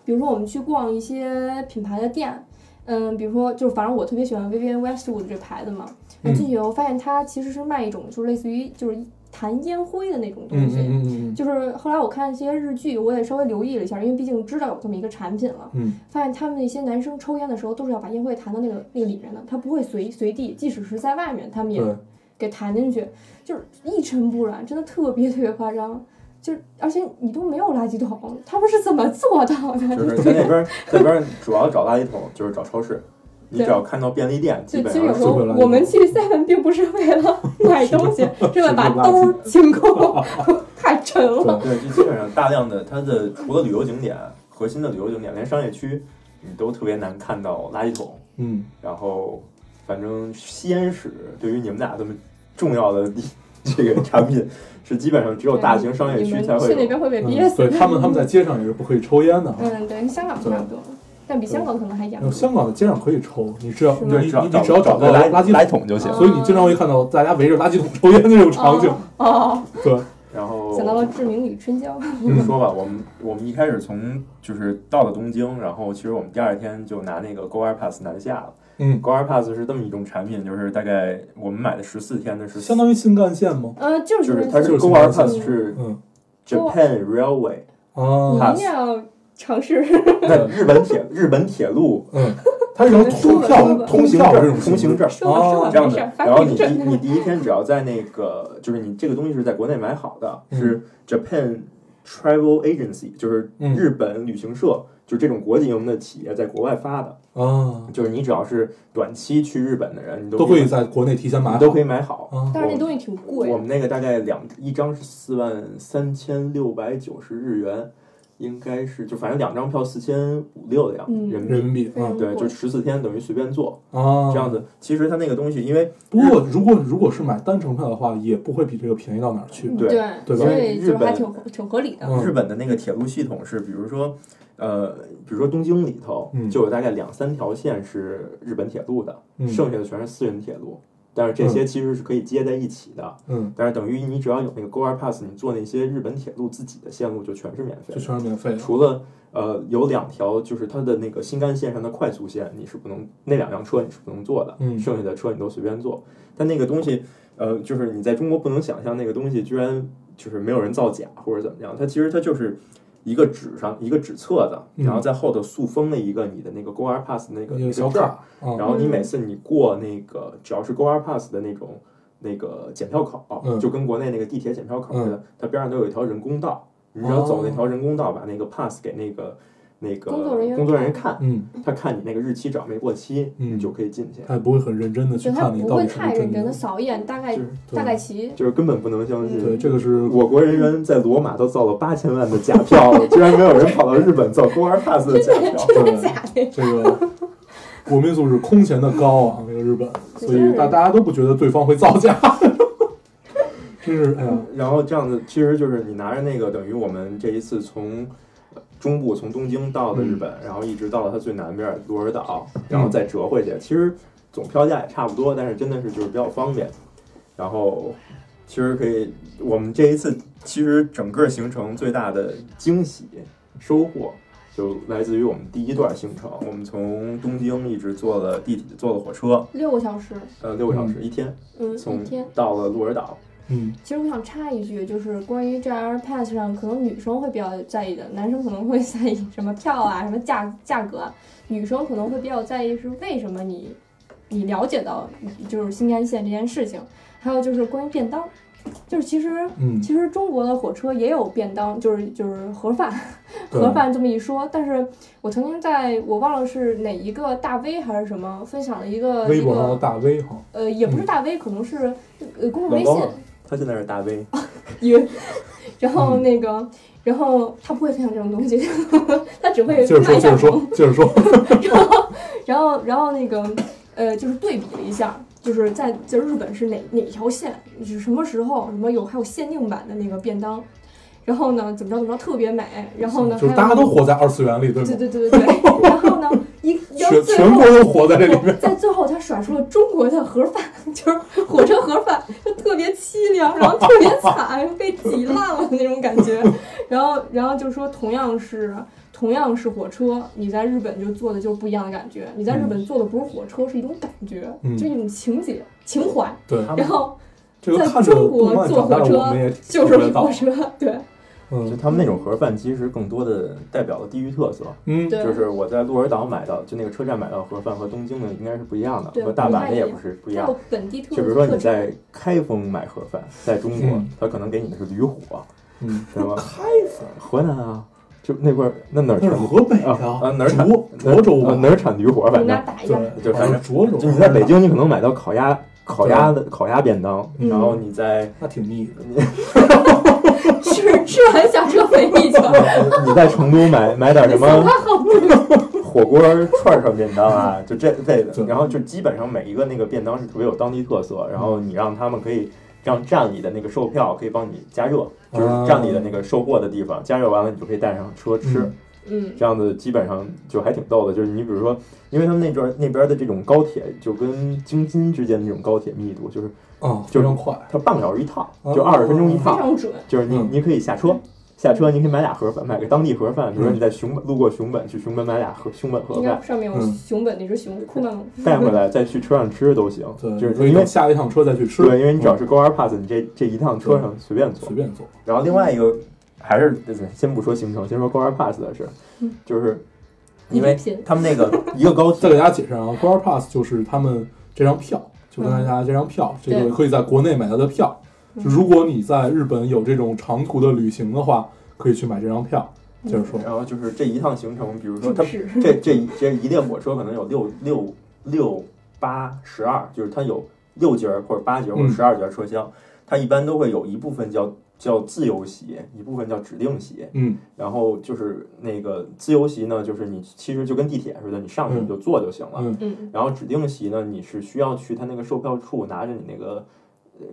S3: 比如说我们去逛一些品牌的店，嗯，比如说就是反正我特别喜欢 Vivienne Westwood 这牌子嘛，然后
S4: 嗯
S3: 进去以后发现它其实是卖一种就是类似于就是弹烟灰的那种东
S4: 嗯
S3: 西。
S4: 嗯嗯嗯
S3: 就是后来我看一些日剧，我也稍微留意了一下，因为毕竟知道有这么一个产品了。
S4: 嗯，
S3: 发现他们那些男生抽烟的时候都是要把烟灰弹到那个那个里面的，他不会随随地，即使是在外面，他们
S4: 嗯，
S3: 也
S4: 对，
S3: 给弹进去，就是一尘不染，真的特别特别夸张。就是而且你都没有垃圾桶，他们是怎么做到的？
S5: 就是在那边，在那边主要找垃圾桶就是找超市，你只要看到便利店，基
S3: 就
S5: 本
S3: 其实有
S5: 上
S3: 时
S5: 是
S3: 候
S4: 是会垃圾桶
S3: 我们去 seven 并不是为 了买东西，是为了把兜儿清空， 太沉了。
S5: 对，就基本上大量的它的除了旅游景点，核心的旅游景点，连商业区你都特别难看到垃圾桶。
S4: 嗯，
S5: 然后反正吸烟室对于你们俩这么重要的地这个产品，是基本上只有大型商业
S3: 你
S5: 区
S3: 们
S5: 才会
S3: 去那
S5: 有。
S3: 边会被
S4: 嗯
S3: 憋死。
S4: 对他们他们在街上也是不可以抽烟的哈。
S3: 嗯，对，跟香港差不多，但比香港可能还严
S4: 那。香港的街上可以抽，你只要
S3: 是
S4: 你
S3: 吗
S4: 你你
S5: 只要
S4: 只要找到
S5: 到垃
S4: 垃圾
S5: 垃圾
S4: 桶，
S5: 桶就
S3: 啊
S5: 行。
S4: 所以你经常会看到大家围着垃圾桶抽烟的那种场景。
S3: 哦，
S4: 对，
S5: 然后
S3: 想到了志明与春娇。
S5: 就是说吧，我们我们一开始从就是到了东京，然后其实我们第二天就拿那个 Go Air Pass 南下了。
S4: 嗯，
S5: Go Air Pass 是这么一种产品，就是大概我们买的十四天的是
S4: 相当于新干线吗？
S3: 呃，就
S5: 就是是它
S4: 就是
S5: 是 Go
S4: 新干
S5: Air Pass
S3: 线
S5: 是
S4: 嗯
S5: Japan Railway，
S3: 你
S4: 啊，
S3: 一定要尝试。
S5: 那日本铁日本铁路
S4: 嗯，它是一种通
S3: 说
S4: 票
S3: 吧
S5: 通行
S4: 票这
S5: 证
S4: 种
S5: 通行证。
S3: 说吧说吧，
S5: 这样
S3: 没
S5: 的
S3: 事儿，，发
S5: 然后你
S3: 病
S5: 第
S3: 症。
S5: 你第一天只要在那个，就是你这个东西是在国内买好的，
S4: 嗯
S5: 是 Japan Travel Agency，就是
S4: 嗯
S5: 日本旅行社，就这种国际型的企业在国外发的，
S4: 啊，
S5: 就是你只要是短期去日本的人，你都
S4: 都
S5: 可
S4: 可
S5: 以
S4: 以在国内提前买
S5: 你
S4: 好
S5: 都可以买好。
S4: 啊。
S3: 但是那东西挺贵
S5: 我，们那个大概两一张是四万三千六百九十日元，应该是就反正两张票四千五六的样子
S3: 嗯
S5: 人民
S4: 人
S5: 币。
S4: 民币
S3: 嗯
S4: 啊
S5: 对，就十四天等于随便坐
S4: 啊，
S5: 这样。子。其实它那个东西，因为
S4: 不过如果如果是买单程票的话，也不会比这个便宜到哪儿
S3: 嗯
S4: 去。
S5: 对
S4: 对吧
S3: 所以就
S5: 日
S3: 是
S5: 本
S3: 还挺合挺合理的。
S4: 嗯
S5: 日本的那个铁路系统是，比如说，呃，比如说东京里头
S4: 嗯
S5: 就有大概两三条线是日本铁路的，
S4: 嗯
S5: 剩下的全是私人铁路。但是这些其实是可以接在一起的，
S4: 嗯，
S5: 但是等于你只要有那个 Go Air Pass，你坐那些日本铁路自己的线路就全是免费
S4: 就
S5: 的。
S4: 全是免费的。
S5: 除了呃有两条就是它的那个新干线上的快速线，你是不能那两辆车你是不能坐的，
S4: 嗯
S5: 剩下的车你都随便坐。但那个东西，呃，就是你在中国不能想象那个东西居然就是没有人造假或者怎么样，它其实它就是。一个纸上一个纸册子，
S4: 嗯
S5: 然后在后头塑封了一个你的那个 Go Air Pass 那个
S4: 有
S5: 那个
S4: 小
S5: 证儿
S4: 卡啊，
S5: 然后你每次你过那个只要是 Go Air Pass 的那种那个检票口，啊
S4: 嗯
S5: 就跟国内那个地铁检票口似的，它边上都有一条人工道，你只要走那条人工道，把那个 pass 给那个那个
S3: 工作人员
S5: 工作人员看，
S4: 嗯，
S5: 他看你那个日期只要没过期，
S4: 嗯
S5: 你就可以进去。
S4: 他也不会很认真的去
S3: 就他
S4: 看你
S3: 不
S4: 到
S3: 会
S4: 底是不
S3: 太
S4: 是
S3: 认
S4: 真
S3: 真
S4: 的
S3: 的。扫一眼，大概
S5: 就是
S4: 对
S3: 大概齐。
S5: 就是根本不能相信。
S4: 对，这个是
S5: 我国人员在罗马都造了八千万的假票了，居然没有人跑到日本造 Go Air Pass 的假票。
S3: 真的 假
S5: 嗯
S3: 的？
S4: 这个国民素质空前的高啊，那个日本，
S3: 对
S4: 所以大大家都不觉得对方会造假，真是哎呀，
S5: 然后这样子，其实就是你拿着那个，等于我们这一次从呃中部从东京到的日本，
S3: 嗯
S5: 然后一直到了它最南边鹿儿岛，然后再折回去。其
S3: 嗯
S5: 实总票价也差不多，但是真的是就是比较方便。然后其实可以，我们这一次其实整个行程最大的惊喜收获就来自于我们第一段行程。我们从东京一直坐了地铁，坐了火车，
S3: 六个小时，
S5: 呃，六个小时一天，
S3: 嗯，
S5: 从
S3: 一天。
S5: 到了鹿儿岛。
S4: 嗯，
S3: 其实我想插一句，就是关于 JR Pass 上，可能女生会比较在意的，男生可能会在意什么票啊、什么价价格啊，女生可能会比较在意是为什么你你了解到就是新干线这件事情，还有就是关于便当，就是其实
S4: 嗯，
S3: 其实中国的火车也有便当，就是就是盒饭，
S4: 对
S3: 盒饭这么一说。但是我曾经在我忘了是哪一个大 V 还是什么分享了一个
S4: 微
S3: 一
S4: 博上嗯的
S3: 个
S4: 大 V 哈，
S3: 呃，也不是大 V，、可能是呃公众微
S5: 老
S3: 信
S5: 高，他现在是大 V，
S3: 也， 然后
S4: 嗯
S3: 那个，然后他不会分享这种东西， 他只会
S4: 接着
S3: 骂
S4: 说，
S3: 一
S4: 接
S3: 下我。
S4: 着说，接着说，
S3: 然后，然后，然后那个，呃，就是对比了一下，就是在在日本是哪哪条线，是什么时候，什么有还有限定版的那个便当，然后呢，怎么着怎么着特别美，然后呢，
S4: 就是
S3: 还有
S4: 大家都活在二次元里，
S3: 对
S4: 对吗？
S3: 对对对 对，然后呢，一然后
S4: 全
S3: 最
S4: 全
S3: 后
S4: 国都活在这里面。
S3: 在最后，他甩出了中国的盒饭， 就是火车盒饭，就特别凄凉， 然后特别惨，被挤烂了那种感觉。然后，然后就说同样是同样是火车，你在日本就坐的就是不一样的感觉。你在日本坐的不是火车，是一种感觉，
S4: 嗯
S3: 就一种情节、情怀。
S4: 对，
S5: 他们
S3: 然后
S4: 这个
S3: 在
S4: 看着
S3: 中国
S4: 动漫
S3: 坐
S4: 长大
S3: 火
S4: 的我
S3: 车
S4: 们也
S3: 就是
S4: 体会到
S3: 火，车，对，
S5: 就
S4: 嗯
S5: 他们那种盒饭，其实更多的代表了地域特色。
S4: 嗯，
S3: 对
S5: 就是我在鹿儿岛买到，就那个车站买到盒饭和东京的应该是不一样的，
S3: 对
S5: 和大阪
S3: 不
S5: 的
S3: 太一
S5: 也
S3: 样
S5: 不是不一
S3: 还
S5: 样
S3: 有。本地特
S5: 就比如说
S3: 特
S5: 你
S3: 产
S5: 在开封买盒饭，在中国
S4: 嗯，
S5: 他可能给你的是驴火，
S4: 嗯，
S5: 什么开封、河南啊，就那块儿那哪儿
S4: 那是
S5: 产
S4: 河北
S5: 啊啊哪儿产
S4: 涿涿州
S5: 啊
S4: 吧
S5: 哪儿产驴火，
S3: 我
S5: 反
S3: 们俩
S5: 正
S3: 打一架，
S4: 对，
S5: 就反正
S4: 涿州，
S5: 就你在北京，你可能买到烤鸭、烤鸭的烤鸭便当，
S3: 嗯
S5: 然后你在
S4: 那挺腻的，
S3: 吃吃完下车回一圈。
S5: 你在成都买买点 什么火锅串串便 当啊，就这类的
S4: 对。嗯
S5: 然后就基本上每一个那个便当是特别有当地特色，然后你让他们可以让站里的那个售票可以帮你加热，就是
S4: 啊
S5: 站里的那个售货的地方加热完了，你就可以带上车吃。
S4: 嗯
S3: 嗯，
S5: 这样子基本上就还挺逗的，就是你比如说，因为他们那边那边的这种高铁，就跟京津之间的这种高铁密度，就是
S4: 啊，
S5: 就
S4: 非
S5: 是
S4: 常快，
S5: 它半个小时一趟，
S4: 啊
S5: 就二十分钟一
S3: 非
S5: 趟，
S3: 常准。
S5: 就是你
S4: 嗯
S5: 你可以下车，下车你可以买俩盒饭，买个当地盒饭，比如说你在熊本路过熊本，去熊本买俩盒熊本盒
S3: 应该
S5: 饭，
S3: 上面有
S4: 嗯
S3: 熊本那只熊，库曼
S5: 带回来再去车上吃都行，
S4: 对，
S5: 就
S4: 可
S5: 是
S4: 以
S5: 因为
S4: 等下一趟车再去吃，
S5: 对，因为你只要
S4: 嗯
S5: 是 Go R Pass，你这这一趟车上随便坐
S4: 随。便坐，
S5: 然后另外一个还是先不说行程，先说 Go R Pass 的事，就是因为他们那个一个高
S4: 再给
S5: 铁，
S4: 大家解释啊，Go
S5: 嗯
S4: Pass 就是他们这张票，就跟大家这张票，这个
S3: 对
S4: 可以在国内买到的票。
S3: 嗯
S4: 如果你在日本有这种长途的旅行的话，可以去买这张票。
S3: 嗯
S4: 接着说，
S5: 然后就是这一趟行程，比如说他
S3: 不是
S5: 这这一这一列火车可能有六六六八十二，就是它有六节儿或者八节儿或者
S4: 嗯
S5: 十二节儿车厢，它一般都会有一部分叫叫自由席，一部分叫指定席。
S4: 嗯
S5: 然后就是那个自由席呢，就是你其实就跟地铁似的，你上去
S4: 嗯
S5: 你就坐就行了。
S4: 嗯
S3: 嗯，
S5: 然后指定席呢，你是需要去他那个售票处拿着你那个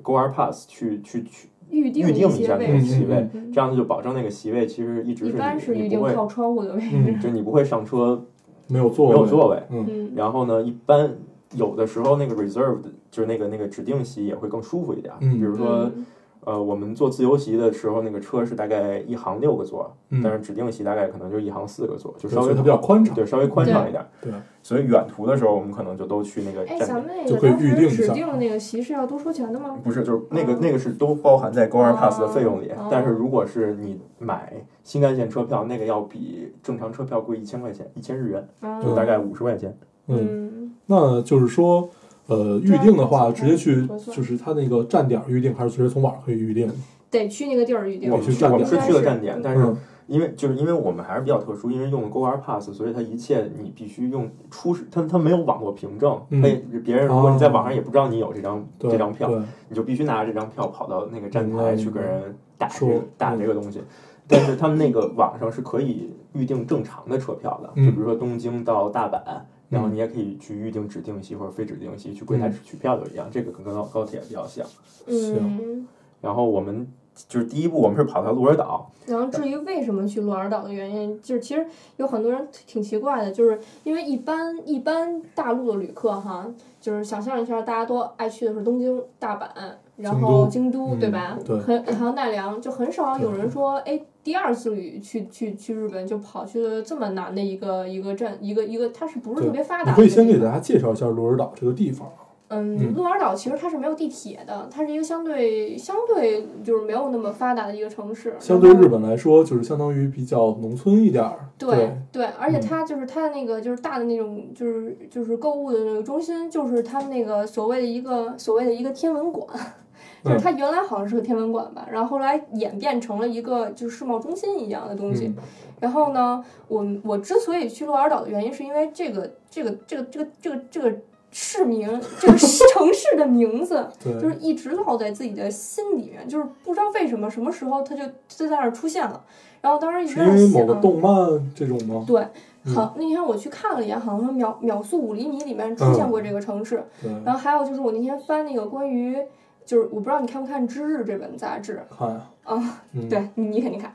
S5: Go R Pass 去去去
S3: 预定
S5: 预定一
S3: 些
S5: 下那个
S3: 位置，
S5: 席位
S4: 嗯，
S3: 嗯
S5: 这样子就保证那个席位其实一直
S3: 一
S5: 是
S3: 般
S5: 你
S3: 是预
S5: 你
S3: 定
S5: 不会
S3: 靠窗户的位置。
S4: 嗯，
S5: 就你不会上车
S4: 没有
S5: 没
S4: 座
S5: 有
S4: 位，
S5: 座位。
S3: 嗯
S5: 然后呢，一般有的时候那个 reserved 就是那个那个指定席也会更舒服一点。
S4: 嗯
S5: 比如说，
S3: 嗯
S5: 呃，我们坐自由席的时候，那个车是大概一行六个座，
S4: 嗯，
S5: 但是指定席大概可能就一行四个座，就
S4: 对
S5: 稍
S4: 所
S5: 微
S4: 以它比较宽敞，
S5: 对稍微宽敞一点。
S4: 对啊对
S5: 所以远途的时候，我们可能就都去那个
S3: 哎，
S5: 站
S3: 咱
S5: 点。
S3: 们那
S4: 就
S3: 个
S4: 可以
S3: 当
S4: 预定一
S3: 时指
S4: 下
S3: 定的那个席是要多收钱的吗？
S5: 不是，就是那个、那个是都包含在 Go Air Pass 的费用里，
S3: 哦
S5: 但是如果是你买新干线车票，那个要比正常车票贵一千块钱，一千日元，
S3: 啊，
S5: 就大概五十块钱。
S4: 嗯，
S3: 嗯，
S4: 那就是说，呃，
S3: 啊
S4: 预定的话，直
S3: 这
S4: 接
S3: 样
S4: 去
S3: 核算
S4: 就是它那个站点预定，还是直接从网上可以预定？
S3: 得去那个地儿预定
S5: 我。们
S4: 去
S5: 是
S4: 站
S5: 我们
S4: 点
S5: 是去了
S3: 应该是
S5: 站点，但是
S4: 嗯，
S5: 因为就是因为我们还是比较特殊，因为用了 Go R Pass，所以它一切你必须用初始，它它没有网络凭证，
S4: 嗯
S5: 它也别人如果你在网上也不知道你有这张、
S4: 对，
S5: 这张票，
S4: 对，
S5: 你就必须拿着这张票跑到那个站
S4: 明白
S5: 台去跟人打这
S4: 嗯说嗯
S5: 个打这个东西。但是他们那个网上是可以预定正常的车票的，
S4: 嗯
S5: 就比如说东京到大阪，然后你也可以去预定指定席或者非指定
S4: 嗯
S5: 席，去柜台取票就一样，这个跟高高铁比较像。
S4: 行
S3: 嗯，
S5: 然后我们就是第一步我们是跑到鹿儿岛，
S3: 然后至于为什么去鹿儿岛的原因，就是其实有很多人挺奇怪的，就是因为一般一般大陆的旅客哈，就是想象一下，大家都爱去的是东京、大阪，然后京都，
S5: 嗯
S3: 对吧？
S4: 对
S3: 很还有奈良，就很少有人说，哎，第二次旅去去去日本就跑去了这么难的一个一个镇，一个一个，它是不是特别发
S4: 你
S3: 达的
S4: 可
S3: 一
S4: 以
S3: 个地方？
S4: 先给大家介绍一下鹿儿岛这个地方。嗯
S3: 嗯，鹿儿岛其实它是没有地铁的，它是一个相对相对就是没有那么发达的一个城市。
S4: 相对
S3: 然后
S4: 日本来说，就是相当于比较农村一点儿。
S3: 对对，而且
S4: 嗯
S3: 它就是它的那个就是大的那种就是就是购物的那个中心，就是他们那个所谓的一个所谓的一个天文馆， 就是
S4: 嗯
S3: 它原来好像是个天文馆吧，然后后来演变成了一个就是世贸中心一样的东西。
S4: 嗯
S3: 然后呢，我我之所以去鹿儿岛的原因，是因为这个这个这个这个这个这个市名，这个城市 的名字，
S4: 对，
S3: 就是一直烙在自己的心里面，就是不知道为什么什么时候它就就在那儿出现了。然后当时一直
S4: 是
S3: 在
S4: 因为某个
S3: 想
S4: 动漫这种吗？
S3: 对，
S4: 嗯
S3: 好，那天我去看了一眼，好像说秒秒速五厘米里面出现过这个城市。
S4: 对，
S3: 然后还有就是我那天翻那个关于，就是我不知道你看不看《知日》这本杂志，
S4: 看啊，
S3: 啊
S4: 嗯，
S3: 对你你肯 定看，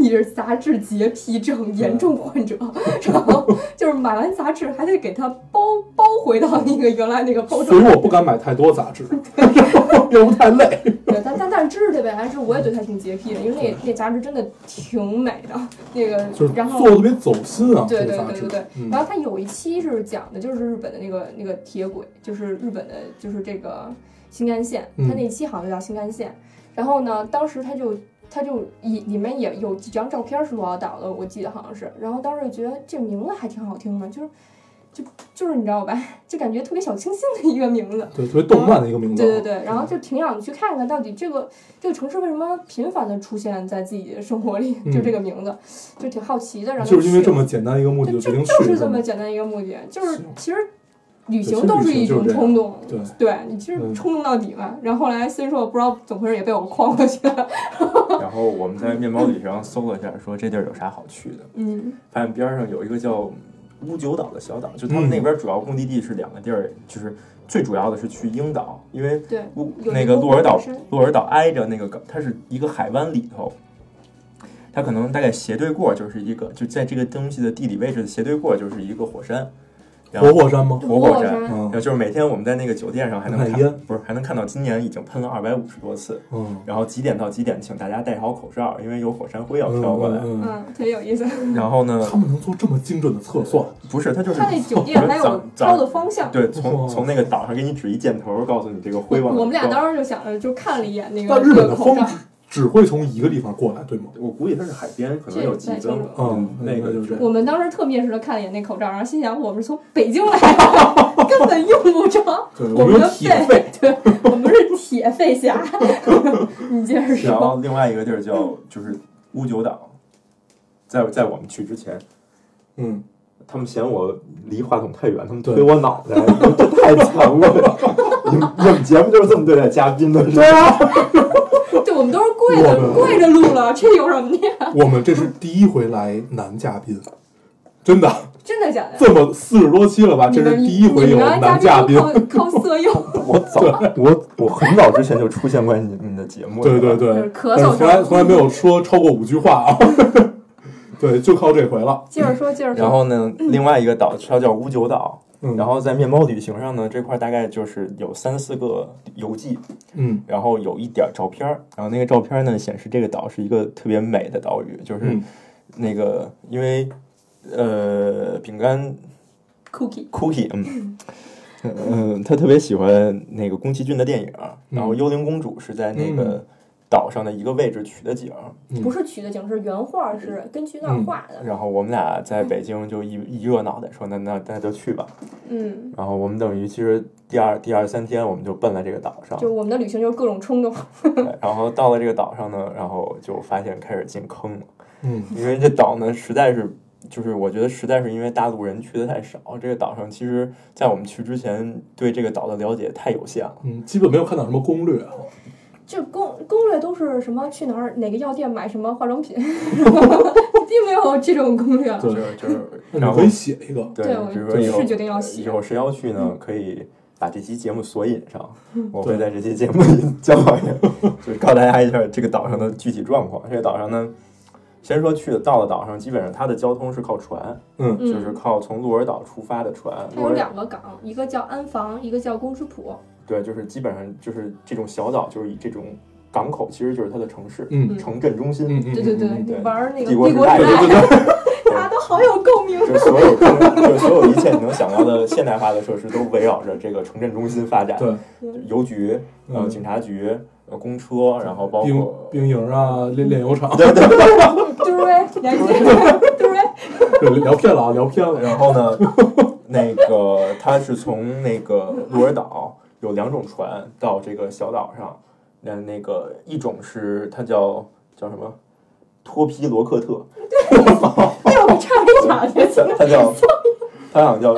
S3: 你是杂志洁癖症严重患者，
S4: 嗯
S3: 然后就是买完杂志还得给它包包回到那个原来那个包
S4: 所
S3: 装
S4: 以。我不敢买太 多杂志， 然后又不太累。
S3: 对，但但但是《知日》这本杂志我也对它挺洁癖的，因为那那杂志真的挺美的，那个
S4: 就是
S3: 然后
S4: 做的特别走心啊，
S3: 对
S4: 这
S3: 对
S4: 个杂
S3: 对
S4: 志
S3: 对对。
S4: 嗯
S3: 然后它有一期是讲的就是日本的那个那个铁轨，就是日本的就是这个新干线，
S4: 嗯
S3: 它那一期好像就叫新干线。然后呢，当时他就他就以里面也有几张照片是鹿儿岛的，我记得好像是。然后当时就觉得这名字还挺好听的，就是就就是你知道吧，就感觉特别小清新的一个名字。
S4: 对，特别动漫的一个名字。啊
S3: 对对，对，然
S4: 嗯
S3: 后就挺想去看看到底这个这个城市为什么频繁的出现在自己的生活里，
S4: 嗯
S3: 就这个名字，就挺好奇的。然后
S4: 就是因为
S3: 去
S4: 这么简单一个目的
S3: 就
S4: 决
S3: 就
S4: 定
S3: 就
S4: 去，
S3: 是
S4: 是
S3: 这
S4: 吗
S3: 么简单一个目的，就是
S4: 行
S3: 其实旅
S4: 其
S3: 行
S4: 实
S3: 都
S4: 旅
S3: 是
S4: 行
S3: 一
S4: 就是
S3: 种
S4: 这样
S3: 冲动，
S4: 对
S3: 对你就是
S4: 嗯
S3: 冲动到底嘛。然后后来先说我不知道怎么回事也被我诓过去 了，
S5: 然后我们在面包里上搜了一下，说这地儿有啥好去的，
S3: 嗯
S5: 发现边上有一个叫乌九岛的小岛，就他
S4: 嗯
S5: 们那边主要目的地是两个地儿，就是最主要的是去樱岛，因为
S3: 对，
S5: 乌
S3: 有
S5: 那
S3: 一
S5: 个
S3: 个
S5: 鹿儿岛
S3: 本身，
S5: 鹿儿岛挨着那个港，它是一个海湾里头，它可能大概斜对过就是一个，就在这个东西的地理位置的斜对过就是一个火山，然
S4: 活
S5: 后
S4: 火山吗？
S5: 活火山。
S3: 山，
S4: 嗯
S5: 然后就是每天我们在那个酒店上还能
S4: 看
S5: 看
S4: 烟，
S5: 不是还能看到今年已经喷了二百五十多次。
S4: 嗯，
S5: 然后几点到几点，请大家戴好口罩，因为有火山灰要
S4: 嗯
S5: 飘过来。
S4: 嗯嗯
S3: 嗯，特别有意思。
S5: 然后
S3: 嗯
S5: 呢，
S4: 他们能做这么精准的测算，
S5: 不是它就是
S3: 他那酒店还有
S5: 早
S3: 高的方向。
S5: 对，从
S4: 哇
S5: 从那个岛上给你指一箭头，告诉你这个灰往哪
S3: 我们俩
S5: 飘
S3: 当时就想着，就看了一眼那个
S4: 但日
S3: 那
S4: 本
S3: 个
S4: 的
S3: 口
S4: 风
S3: 罩，
S4: 只只会从一个地方过来，对吗？
S5: 我估计它是海边，可能
S3: 这
S5: 有
S3: 不
S5: 季
S3: 太
S5: 风
S3: 清楚。
S4: 嗯
S5: 那个
S4: 那就是
S3: 我们当时特蔑视的看了一眼那口罩，然后心想我们是从北京来的，根本用不着。
S4: 对，
S3: 我们
S4: 们有
S3: 的
S4: 铁肺，
S3: 肺，对，我们是铁肺 侠。你接着
S5: 然
S3: 说，
S5: 后另外一个地儿叫就是乌九岛，在在我们去之前，
S4: 嗯，
S5: 他们嫌我离话筒太远，他们
S4: 对
S5: 推我脑 袋，你们这太残酷了。你们你们节目就是这么对待嘉宾的，对啊，
S3: 对，我们都是跪着
S4: 我
S3: 跪着录了，这有什么的？
S4: 我们这是第一回来男嘉宾，真的，
S3: 真的假的？
S4: 这么四十多期了吧？
S3: 你
S4: 这
S3: 们
S4: 是第一回有男嘉
S3: 你
S4: 宾，
S3: 们嘉靠靠色诱，
S5: 我早我我很早之前就出现过你们的节 目，
S4: 对对
S5: 对，
S4: 对，
S3: 咳
S4: 但
S3: 嗽
S4: 是从来从来没有说超过五句话啊， 对，就靠这回了，
S3: 接着说，接着说。
S5: 然后呢，另外一个岛它叫乌九岛，
S4: 嗯，
S5: 然后在面包旅行上呢，这块大概就是有三四个游记，
S4: 嗯
S5: 然后有一点儿照片儿，然后那个照片儿呢显示这个岛是一个特别美的岛屿，就是
S4: 嗯
S5: 那个、因为呃饼干
S3: Cookie，
S5: Cookie，嗯嗯，他特别喜欢那个宫崎骏的电影儿，然后《幽灵公主》是在那个岛上的一个位置取的景儿，
S4: 嗯
S3: 不是取的景，是原画，是根据那儿画的。
S5: 然后我们俩在北京就一一热闹的说那那那就去吧，
S3: 嗯，
S5: 然后我们等于其实第二第二三天我们就奔了这个岛上，
S3: 就我们的旅行就是各种冲动。
S5: 对然后到了这个岛上呢，然后就发现开始进坑了。
S4: 嗯
S5: 因为这岛呢，实在是就是我觉得实在是因为大陆人去的太少，这个岛上其实，在我们去之前对这个岛的了解太有限了。
S4: 嗯，基本没有看到什么攻略啊，
S3: 就攻攻略都是什么去哪儿哪个药店买什么化妆品，并没有这种攻略。
S4: 对
S5: 就是就是，
S4: 那
S5: 然
S4: 你
S5: 后
S4: 可以写一个，
S5: 对，
S3: 对我
S5: 比如
S3: 对
S5: 说以后
S3: 是决定要写嗯
S5: 以后谁要去呢，可以把这期节目索引上，我会在这期节目里教导你，就是告诉大家一下这个岛上的具体状况。这个岛上呢，先说去的到了岛上，基本上它的交通是靠船，
S4: 嗯，
S5: 就是靠从鹿儿岛出发的船。
S3: 它
S5: 鹿
S3: 有
S5: 儿
S3: 两个港，一个叫安防，一个叫公主浦。
S5: 对，就是基本上就是这种小岛，就是以这种港口，其实就是它的城市、
S4: 嗯
S5: 城镇中心。
S4: 嗯嗯，
S3: 对对对，
S4: 嗯
S3: 你
S5: 对
S3: 玩儿那个
S5: 帝国
S3: 帝
S5: 时
S3: 国
S5: 代
S3: 时
S5: 对
S3: 代，大家都好有共鸣。
S5: 就是所有东，就是所有一切你能想到的现代化的设施都围绕着这个城镇中心发展。
S4: 对，
S5: 就邮局、呃
S4: 嗯
S5: 警察局、呃公车，然后包
S4: 兵
S5: 括
S4: 兵营啊，炼炼油厂，
S3: 对不对？两个对不对？
S4: 对聊偏了啊，聊偏了，
S5: 然后呢，那个它是从那个鹿儿岛有两种船到这个小岛上，那那个一种是它叫叫什么？托皮罗克特，
S3: 对，哎我差一场就 行了。
S5: 它叫它好像叫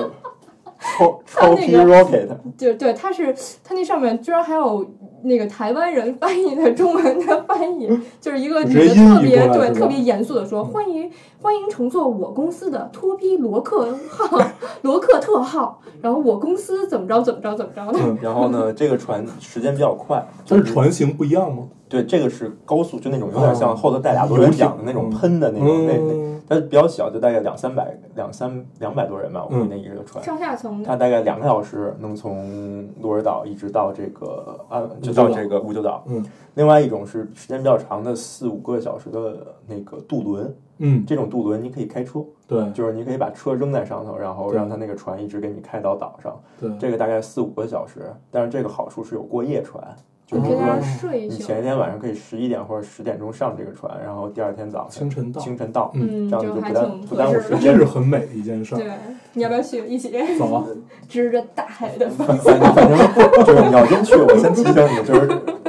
S5: 超超皮 rocket，
S3: 就对，它是它那上面居然还有那个台湾人翻译的中文的翻译，
S5: 嗯
S3: 就是一个
S4: 直
S3: 女
S4: 接
S3: 的
S4: 音译
S3: 特别
S4: 过来
S3: 对
S4: 是吧
S3: 特别严肃的说：“欢迎欢迎乘坐我公司的托比罗克号 罗克特号，然后我公司怎么着怎么着怎么着的。
S4: 嗯，
S5: 然后呢，这个船时间比较快，
S4: 它是船型不一样吗？
S5: 对，这个是高速，就那种有点像后头带俩螺
S4: 游
S5: 旋
S4: 艇
S5: 桨的那种喷的那种，那那
S4: 嗯，
S5: 它比较小，就大概两三百、两三两百多人吧，我们
S4: 嗯
S5: 那一个船，
S3: 上下层的
S5: 它大概两个小时能从鹿儿岛一直到这个啊，就到这个五九岛。
S4: 嗯，
S5: 另外一种是时间比较长的四五个小时的那个渡轮，
S4: 嗯，
S5: 这种渡轮你可以开车，
S4: 对
S5: 就是你可以把车扔在上头，然后
S4: 对
S5: 让它那个船一直给你开到岛上。
S4: 对，
S5: 这个大概四五个小时，但是这个好处是有过夜船，就是
S3: 你
S5: 比
S3: 可以在
S5: 如
S3: 那
S5: 说
S3: 儿睡一
S5: 你
S3: 宿。
S5: 前一天晚上可以十一点或者十点钟上这个船，然后第二天早上
S4: 清晨到，
S5: 清晨到，
S3: 嗯，
S5: 这样就
S3: 就
S5: 不
S3: 还
S5: 耽
S3: 挺
S5: 不耽误
S3: 合适
S5: 时
S3: 的。
S4: 这
S5: 间
S4: 是。很美的一件事儿。
S3: 对，你要不要去一起
S4: 走啊，
S3: 指着大海的方
S5: 反正反正就是你要真去，我先提醒你，就是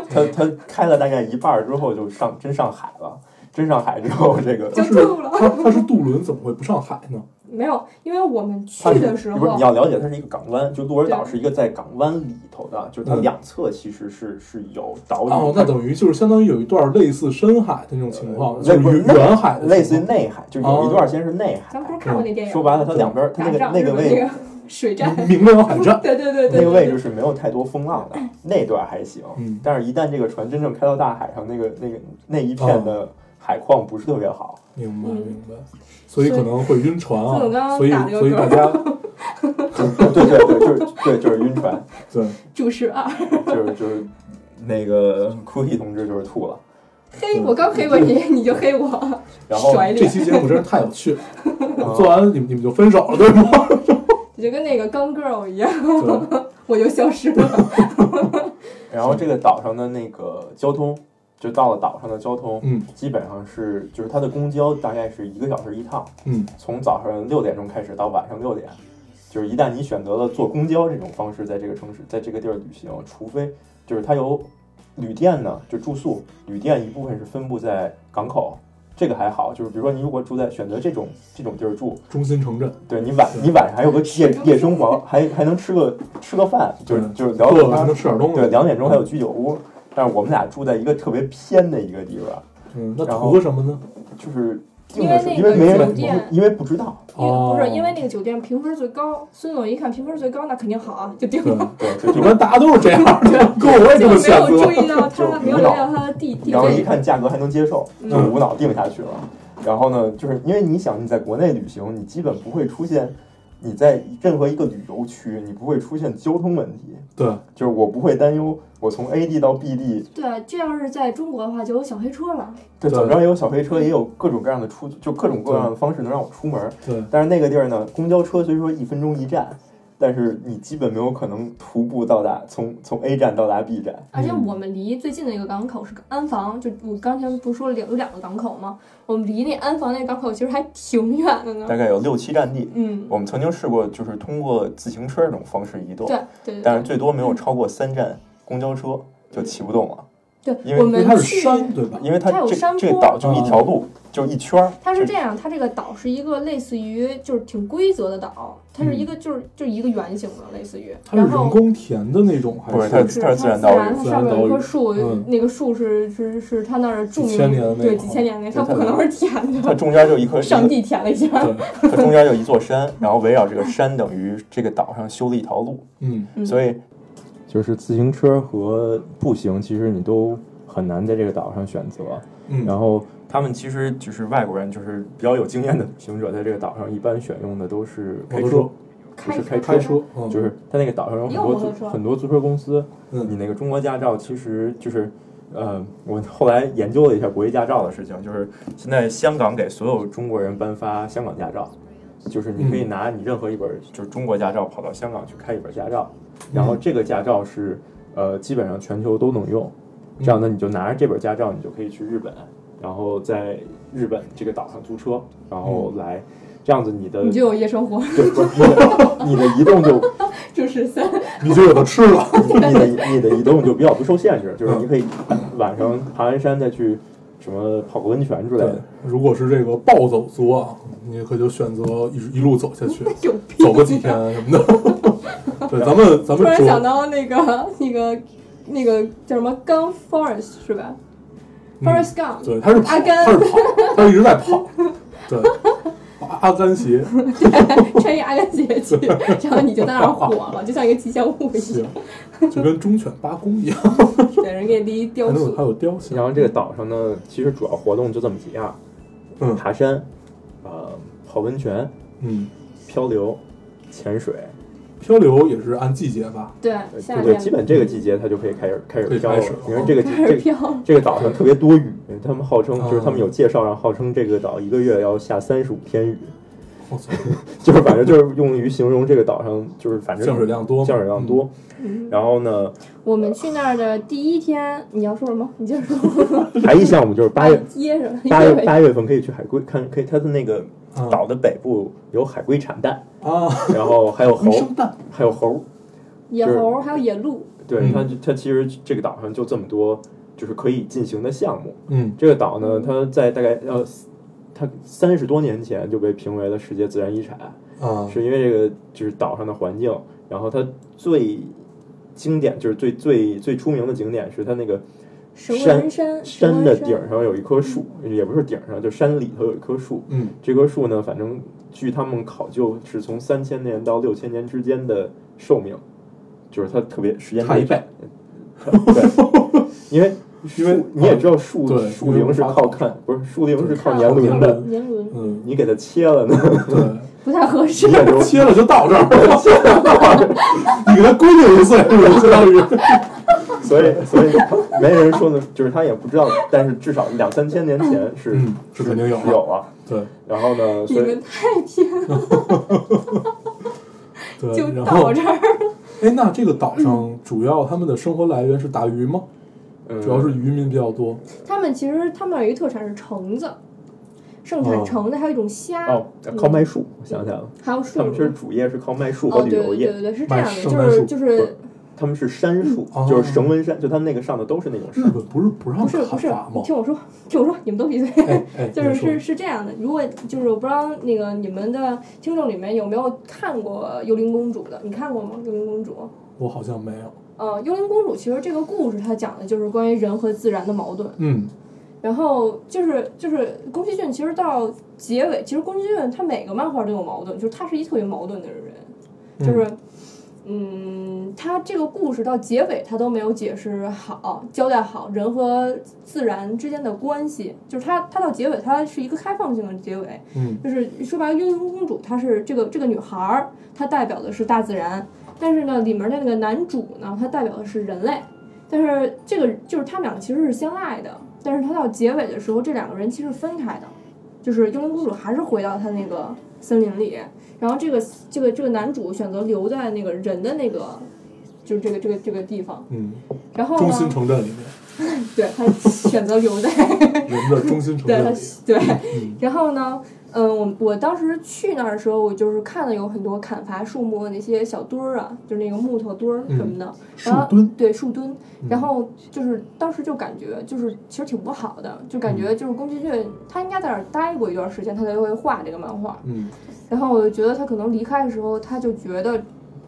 S5: 他他开了大概一半儿之后就上真上海了，真上海之后这个
S3: 就
S4: 它是
S3: 吐了？
S4: 它它是渡轮，怎么会不上海呢？
S3: 没有，因为我们去
S5: 它是
S3: 的时
S5: 不是
S3: 候
S5: 你，要了解它是一个港湾，就鹿儿岛
S3: 对
S5: 是一个在港湾里头的，就是它
S4: 嗯
S5: 两侧其实是是有岛屿，
S4: 哦，那等于就是相当于有一段类似深海的那种情况，就
S5: 类
S4: 是
S5: 不是
S4: 远远海的情况
S5: 类似于内海，就是有
S4: 哦
S5: 一段先是内海
S3: 咱们不是看过那电影？
S5: 嗯说白了，它两边儿它
S3: 打
S5: 那个
S3: 仗
S5: 那个
S3: 是吧
S5: 位
S3: 那个水 战，
S4: 明亮海战。
S3: 对对对对，
S5: 那个位置
S3: 对
S5: 是没有太多风 浪的，那段还行。
S4: 嗯
S5: 但是，一旦这个船真正开到大海上，那个那个那一片
S4: 哦
S5: 的海况不是特别好。
S4: 明白
S3: 嗯
S4: 明白，所以可能会晕船
S3: 所以我刚
S4: 啊，
S3: 刚
S4: 所以
S3: 打了个
S4: 所以
S3: 嗝
S4: 大家
S5: 对对对，就是对就是晕船，
S4: 对
S3: 注释二。
S5: 就是就是那个 Cookie 同志就是吐了。
S3: 黑，我刚黑过你，你就黑我，
S5: 然后
S3: 甩
S4: 这
S3: 脸，
S4: 期节目真是太有 趣了，
S5: 啊
S4: 做完你们你们就分手了，对吗？
S3: 你就跟那个钢 girl 一样，
S4: 对，
S3: 我就消失了。
S5: 然后这个岛上的那个交通，就到了岛上的交通，
S4: 嗯，
S5: 基本上是就是它的公交大概是一个小时一趟，
S4: 嗯，
S5: 从早上六点钟开始到晚上六点，就是一旦你选择了坐公交这种方式，在这个城市，在这个地儿旅行，除非就是它有旅店呢，就住宿旅店一部分是分布在港口。这个还好，就是比如说你如果住在选择这种这种地儿住，
S4: 中心城镇，
S5: 对你晚你晚上还有个夜夜生活，还还能吃个吃个饭，就是
S4: 对
S5: 就是聊
S4: 饿
S5: 聊
S4: 了
S5: 天
S4: 还能吃点东
S5: 对，
S4: 西。
S5: 两点钟还有居酒屋，但是我们俩住在一个特别偏的一个地方，
S4: 嗯，那
S5: 然后
S4: 图什么呢？
S5: 就是定的时候因
S3: 因
S5: 为
S3: 为那个酒
S5: 没人，
S3: 店
S5: 因为不知道，
S3: 因为
S4: 哦
S3: 不是因为那个酒店评分最高，孙总一看评分最高，那肯定好啊，就定
S4: 对
S3: 了。，
S5: 对，就
S4: 一
S5: 就
S4: 般大家都是这样的，跟我也这
S3: 就
S4: 么
S3: 没
S4: 选
S3: 有注
S4: 择。
S3: 意到他，没有留意到他的地地
S5: 然后一
S3: 位。
S5: 看价格还能接受，就
S4: 嗯
S5: 无脑定下去了。然后呢，就是因为你想你在国内旅行，你基本不会出现你在任何一个旅游区，你不会出现交通问题，
S4: 对，
S5: 就是我不会担忧我从 A 地到 B 地，
S3: 对，啊这要是在中国的话，就有小黑车了。
S5: 这
S4: 对
S5: 怎么着也有小黑车，也有各种各样的出，就各种各样的方式能让我出门。
S4: 对，
S5: 但是那个地儿呢，公交车虽说一分钟一站，但是你基本没有可能徒步到达，从从 A 站到达 B 站。
S3: 而且我们离最近的一个港口是个安防，就我刚才不是说两有两个港口吗？我们离那安防那港口其实还挺远的呢。
S5: 大概有六七站地。
S3: 嗯，
S5: 我们曾经试过，就是通过自行车这种方式移动，
S3: 对对对
S5: 但是
S3: 对，
S5: 最多没有超过三站公交车就骑不动了。
S3: 对
S5: 因，为
S3: 我
S4: 因为
S3: 们
S4: 它是
S3: 去
S4: 山，对吧？
S5: 因为它
S3: 它有
S5: 这
S3: 山
S5: 这个
S3: 坡嗯
S5: 岛就一条路，就一圈儿。
S3: 它是
S5: 就
S3: 这样，它这个岛是一个类似于就是挺规则的岛，它是一个就是、就一个圆形的，类似于。
S4: 嗯它是
S3: 然
S4: 人
S3: 后
S4: 工填的那种，还
S5: 不是
S4: 是
S5: 它
S3: 是
S5: 它
S3: 它
S5: 是自然
S3: 自
S5: 岛屿
S3: 然它
S4: 自然
S3: 上面有
S4: 岛
S3: 一棵
S4: 屿
S3: 树，
S4: 嗯
S3: 那个树是是是它那儿著
S4: 几
S3: 名
S4: 千年的那
S3: 对
S4: 种
S3: 几千年那
S5: 对
S3: 它
S5: 它
S3: 不可能是填
S5: 它
S3: 的，
S5: 中间就一棵
S3: 上帝填了一下。
S4: 对，
S5: 它中间就一座山，然后围绕这个山等于这个岛上修了一条路，
S4: 嗯，
S3: 嗯
S5: 所以就是自行车和步行，其实你都很难在这个岛上选择。
S4: 嗯
S5: 然后他们其实就是外国人，就是比较有经验的旅行者，在这个岛上一般选用的都是
S4: 摩托
S5: 开车
S4: 车，
S5: 不是
S3: 开
S5: 开
S4: 开车，嗯，
S5: 就是它那个岛上有很
S3: 也有
S5: 多
S3: 摩托
S5: 租
S3: 车
S5: 很多租车公司，你
S4: 嗯
S5: 那个中国驾照其实就是，呃，我后来研究了一下国际驾照的事情，就是现在香港给所有中国人颁发香港驾照，就是你可以拿你任何一本就是中国驾照跑到香港去开一本驾照，然后这个驾照是呃基本上全球都能用，这样呢你就拿着这本驾照你就可以去日本，然后在日本这个岛上租车，然后来。这样子你的
S3: 你就有夜生活，
S5: 就不是你的移动就
S3: 就是 三
S4: 你就有的吃 了，
S5: 你的你的移动就比较不受限制，就是你可以晚上爬完山再去什么泡个温泉之类
S4: 对
S5: 的。，
S4: 如果是这个暴走族啊，你可就选择一一路走 下去，
S3: 有病。
S4: 走个几天什 么的。对，咱们咱
S3: 突
S4: 们
S3: 然想
S4: 说，
S3: 到那个那个那个叫什么 Gun Forest 是吧
S4: 嗯，
S3: ？Forest Gun，
S4: 对，他是跑，
S3: 阿甘
S4: 他是跑，他一直在 跑，对，阿阿甘鞋
S3: 穿一阿甘姐去，然后你就在那儿火了，就像一个吉祥物一
S4: 行
S3: 样，，
S4: 就跟忠犬八公一样，
S3: 给人给立一雕
S4: 还 有
S3: 塑
S4: 还。有雕像，
S5: 然后这个岛上呢，其实主要活动就这么几样：
S4: 嗯
S5: 爬山、呃，泡温泉、
S4: 嗯，
S5: 漂流、潜水。
S4: 漂流也是按季节吧，
S3: 对，
S5: 呃
S3: 夏
S5: 对，
S3: 天
S5: 基本这个季节它就可以开始开始
S4: 可以
S5: 漂
S4: 开
S5: 了
S4: 始了。
S5: 因为这个
S3: 开始
S5: 这个
S3: 飘了，
S5: 这个岛上特别多雨，他们号称就是他们有
S4: 哦
S5: 介绍上号称这个岛一个月要下三十五天雨，
S4: 我 操，
S5: 就是反正就是用于形容这个岛上就是反正
S4: 降水量多，
S5: 降水量，多。
S3: 嗯
S5: 然后呢，
S3: 我们去那儿的第一天，你要说什么？你接着说。
S5: 还一项目就是 八月
S3: 噎着，
S5: 八月
S3: 噎着。
S5: 八月份可以去海龟看，可以它的那个
S4: 嗯
S5: 岛的北部有海龟产蛋，
S3: 哦
S4: 啊，
S5: 然后还有
S4: 回，
S5: 猴
S4: 声蛋，
S5: 还有猴。
S3: 野猴还有野鹿，
S5: 对
S4: 嗯
S5: 它，它其实这个岛上就这么多，就是可以进行的项目。
S4: 嗯
S5: 这个岛呢，它在大概呃，它三十多年前就被评为了世界自然遗产，
S4: 啊，
S5: 是因为这个就是岛上的环境，然后它最经典就是最最最出名的景点是它那个
S3: 蛇纹山，哦蛇
S5: 山
S3: 纹
S5: 的顶上有一棵树，也不是顶上，就山里头有一棵树。
S4: 嗯
S5: 这棵树呢，反正据他们考究，是从三千年到六千年之间的寿命，就是它特别时间
S4: 差一倍。
S5: 对， 因为
S4: 因为
S5: 树你也知道树
S4: 啊对
S5: 树龄是靠看，不是树龄是靠年
S4: 靠
S5: 轮
S4: 年
S5: 的
S4: 轮，
S3: 年轮
S4: 嗯，
S5: 你给它切了呢，
S4: 对。
S3: 不太合适
S5: 你。也就
S4: 切了就到这儿， 你给他规定一岁数，相当于
S5: 所以所以没人说呢，就是他也不知道，但是至少两三千年前是
S4: 嗯是肯定有
S5: 是有啊。
S4: 对
S5: 然后呢，
S3: 你
S5: 所以
S3: 们太偏了，就
S4: 对。然后
S3: 到，这儿。
S4: 哎，那这个岛上主要他们的生活来源是打鱼吗？
S5: 嗯
S4: 主要是渔民比较多。
S3: 他们其实他们那儿有一特产是橙子，盛
S4: 哦
S3: 产橙子，还有一种虾，
S5: 哦，靠卖树，我想起来了。
S3: 还有
S5: 他
S3: 树
S5: 们其实。主业是靠卖树和
S3: 嗯哦，
S5: 旅
S3: 对
S5: 游
S3: 对
S5: 业，
S3: 对对对，是这
S4: 卖
S3: 样的，
S4: 圣
S3: 就
S4: 诞树
S3: 是就
S5: 不
S3: 是
S5: 是他们是杉树，
S4: 哦嗯
S5: 就是绳纹杉，就他们那个上的都是那种
S4: 日
S5: 杉。
S4: 本不是不让
S3: 不是
S4: 砍
S3: 不是
S4: 伐吗？
S3: 听我说，听我说，你们都闭嘴。
S4: 哎哎，
S3: 就是
S4: 你说
S3: 是是这样的，如果就是我不知道那个你们的听众里面有没有看过《幽灵公主》的，你看过吗？《幽灵公主》
S4: 我好像没有。
S3: 呃，《幽灵公主》其实这个故事它讲的就是关于人和自然的矛盾。
S4: 嗯
S3: 然后就是就是宫崎骏，其实到结尾，其实宫崎骏他每个漫画都有矛盾，就是他是一特别矛盾的人，
S4: 嗯
S3: 就是嗯，他这个故事到结尾他都没有解释好，交代好人和自然之间的关系，就是他他到结尾他是一个开放性的结尾，
S4: 嗯
S3: 就是说白了，幽灵公主她是这个这个女孩儿，她代表的是大自然，但是呢，里面的那个男主呢，他代表的是人类，但是这个就是他们俩其实是相爱的，但是他到结尾的时候，这两个人其实是分开的，就是幽灵公主还是回到她那个森林里，然后这个这个这个男主选择留在那个人的那个。就是这个这个这个地方，
S4: 嗯，
S3: 然后
S4: 中心
S3: 呢，
S4: 城镇里面，
S3: 对他选择留在
S4: 人的中心城
S3: 哎对
S4: 镇
S3: 他
S4: 里，
S3: 对
S4: 嗯，
S3: 然后呢，嗯，我我当时去那儿的时候，我就是看了有很多砍伐树木的那些小墩儿啊，就是那个木头墩儿什么的，
S4: 树
S3: 然后
S4: 墩，
S3: 对树墩，
S4: 嗯
S3: 然后就是当时就感觉就是其实挺不好的，就感觉就是宫崎骏他应该在那儿待过一段时间，他才会画这个漫画。
S4: 嗯，
S3: 然后我就觉得他可能离开的时候，他就觉得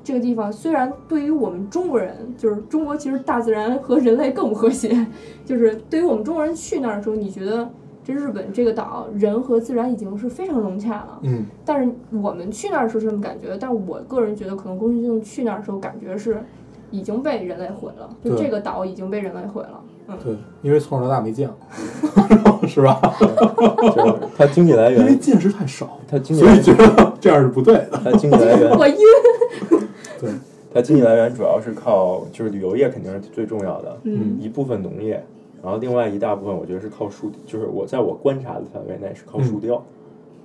S3: 这个地方虽然对于我们中国人，就是中国其实大自然和人类更不和谐， 就是对于我们中国人去那儿的时候，你觉得这日本这个岛人和自然已经是非常融洽了，
S4: 嗯，
S3: 但是我们去那儿的时候是这么感觉，但是我个人觉得可能宫崎骏去那儿的时候感觉是已经被人类毁了，就
S4: 对
S3: 这个岛已经被人类毁了。嗯
S4: 对，因为从小到大没见过， 是吧？
S5: 就是
S4: 哦
S5: 它经济来
S4: 因为
S5: 源，
S4: 见识太少，
S5: 它经济
S4: 所
S5: 来
S4: 以觉
S5: 源，
S4: 得这样是不对的。
S5: 它经济来源
S3: 我晕，
S5: 它经济来源主要是靠，就是旅游业肯定是最重要的，
S4: 嗯
S5: 一部分农业，然后另外一大部分我觉得是靠树，就是我在我观察的范围内是靠树雕，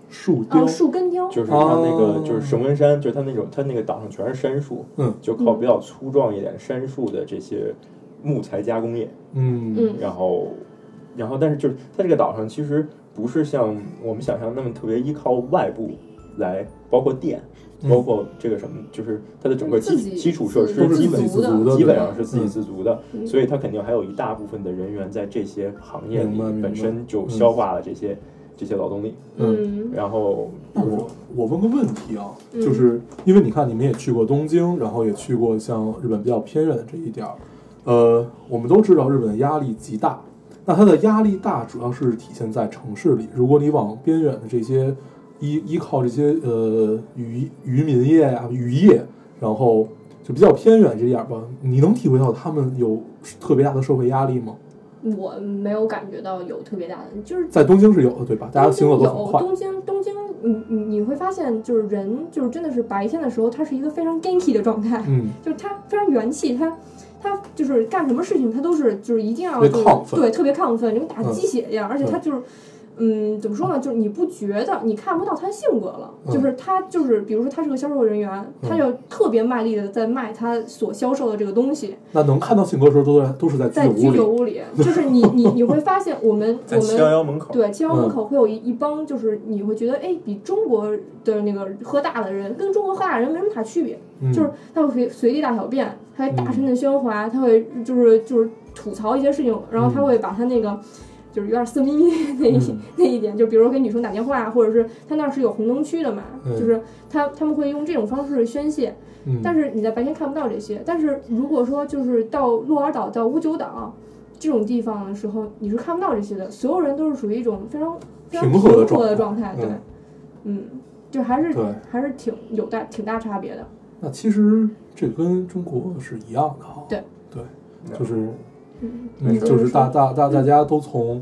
S4: 树
S3: 啊，
S4: 雕，
S3: 树根雕，
S5: 就是它那个
S4: 哦
S5: 就是熊根山，就是它那种它那个岛上全是杉树，
S4: 嗯，
S5: 就靠比较粗壮一点杉树的这些木材加工业，
S4: 嗯
S3: 嗯
S5: 然后，然后但是就是它这个岛上其实不是像我们想象那么特别依靠外部来，包括电，
S4: 嗯
S5: 包括这个什么，就是它的整个基
S3: 自己
S5: 基础设
S4: 都
S5: 施
S4: 是
S5: 基
S4: 自
S5: 本
S4: 给自
S3: 都
S4: 足的，
S5: 基
S4: 对
S5: 本
S4: 吧
S5: 上是自给自足的，
S3: 嗯
S5: 所以它肯定还有一大部分的人员在这些行业里
S4: 明白明白
S5: 本身就消化了这些、这些劳动力，
S4: 嗯。
S3: 嗯
S5: 然后
S4: 那我我问个问题啊，
S3: 嗯
S4: 就是因为你看你们也去过东京，然后也去过像日本比较偏远的这一点儿，呃，我们都知道日本的压力极大，那它的压力大主要是体现在城市里。如果你往边远的这些依依靠这些呃渔渔民业啊渔业，然后就比较偏远这一点儿吧，你能体会到他们有特别大的社会压力吗？
S3: 我没有感觉到有特别大的，就是
S4: 在东京是有的，对吧？大家行走都很快，
S3: 东京有东京，东京你你你会发现，就是人就是真的是白天的时候，他是一个非常 ganky 的状态，
S4: 嗯，
S3: 就是他非常元气，他他就是干什么事情他都是就是一定要
S4: 特别
S3: 就是
S4: 亢奋
S3: 对，特别亢奋，就跟打
S4: 嗯
S3: 鸡血一样，而且他就是。嗯，怎么说呢？就是你不觉得，你看不到他的性格了。
S4: 嗯
S3: 就是他，就是比如说他是个销售人员，他就特别卖力的在卖他所销售的这个东西。
S4: 那能看到性格的时候都在都是在居
S3: 在
S4: 酒
S3: 居
S4: 屋里
S3: 酒，屋 里，就是你你你会发现，我们我
S5: 在七幺
S3: 们
S5: 幺门口，
S3: 对，七幺
S4: 嗯
S3: 门口会有一一帮，就是你会觉得，哎，比中国的那个喝大的人跟中国喝大的人没什么太区别，
S4: 嗯
S3: 就是他会随随地大小便，他会大声的喧哗，他会就是就是吐槽一些事情，然后他会把他那个。就是有点色眯眯的那一、
S4: 嗯
S3: 那一点，就比如说给女生打电话，或者是他那儿是有红灯区的嘛，
S4: 嗯
S3: 就是他他们会用这种方式宣泄，
S4: 嗯
S3: 但是你在白天看不到这些。但是如果说就是到鹿儿岛、到五九岛这种地方的时候，你是看不到这些的。所有人都是属于一种非常非常
S4: 平和的
S3: 平和的状
S4: 状
S3: 态，
S4: 态
S3: 对
S4: 嗯，
S3: 嗯，就还是
S4: 对
S3: 还是挺有大挺大差别的。
S4: 那其实这跟中国是一样的哈。
S3: 对
S4: 对，就是
S3: 嗯，
S4: 嗯，
S3: 没错
S4: 就是大大大大家都从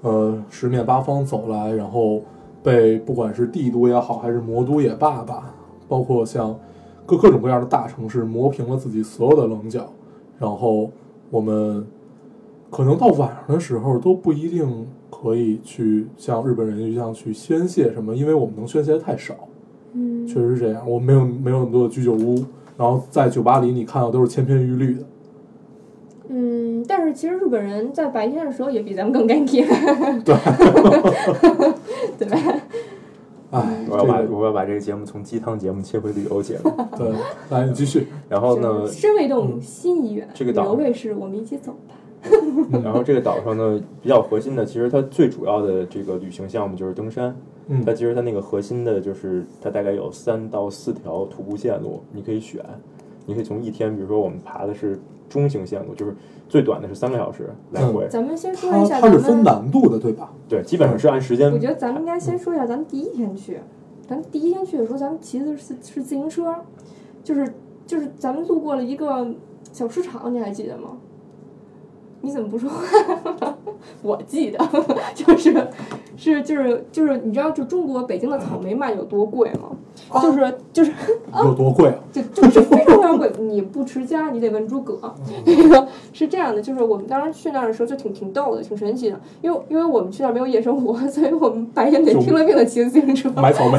S4: 呃十面八方走来，然后被不管是帝都也好，还是魔都也罢吧，包括像各各种各样的大城市磨平了自己所有的棱角，然后我们可能到晚上的时候都不一定可以去像日本人一样去宣泄什么，因为我们能宣泄的太少。
S3: 嗯
S4: 确实是这样，我没有没有那么多的居酒屋，然后在酒吧里你看到都是千篇一律的。
S3: 嗯，但是其实日本人在白天的时候也比咱们更干 净， 对对吧？
S4: 哎，
S5: 我要把
S4: 这个
S5: 我要把这个节目从鸡汤节目切回旅 游节目，
S4: 对，来你继续。
S5: 然后呢
S3: 就是，身未
S4: 嗯
S3: 动，心已远。
S5: 这个岛
S3: 犹未是我们一起走吧。
S5: 然后这个岛上呢比较核心的，其实它最主要的这个旅行项目就是登山，
S4: 嗯
S5: 它其实它那个核心的就是它大概有三到四条徒步线路，你可以选，你可以从一天，比如说我们爬的是中型线路，就是最短的是三个小时来回，
S3: 咱们先说一
S4: 它
S3: 下
S4: 它
S3: 咱
S4: 是
S3: 们
S4: 分难度的，对吧？
S5: 对，基本上是按时间
S3: 我。觉得咱们应该先说一下咱们第一天去，咱们第一天去的时候，咱们骑的是是自行车，就是就是咱们路过了一个小市场，你还记得吗？你怎么不说话？ 我记得，就是是就是就是，你知道就中国北京的草莓卖有多贵吗？就是就是
S4: 有多贵啊？
S3: 就就是非常非常贵，你不持家，你得问诸葛。
S4: 嗯
S3: 那个是 这样的，就是我们当时去那儿的时候就挺挺逗的，挺神奇的，因为因为我们去那儿没有夜 生活，所以我们白天得
S4: 就
S3: 拼了命的骑自行车，
S4: 买草莓，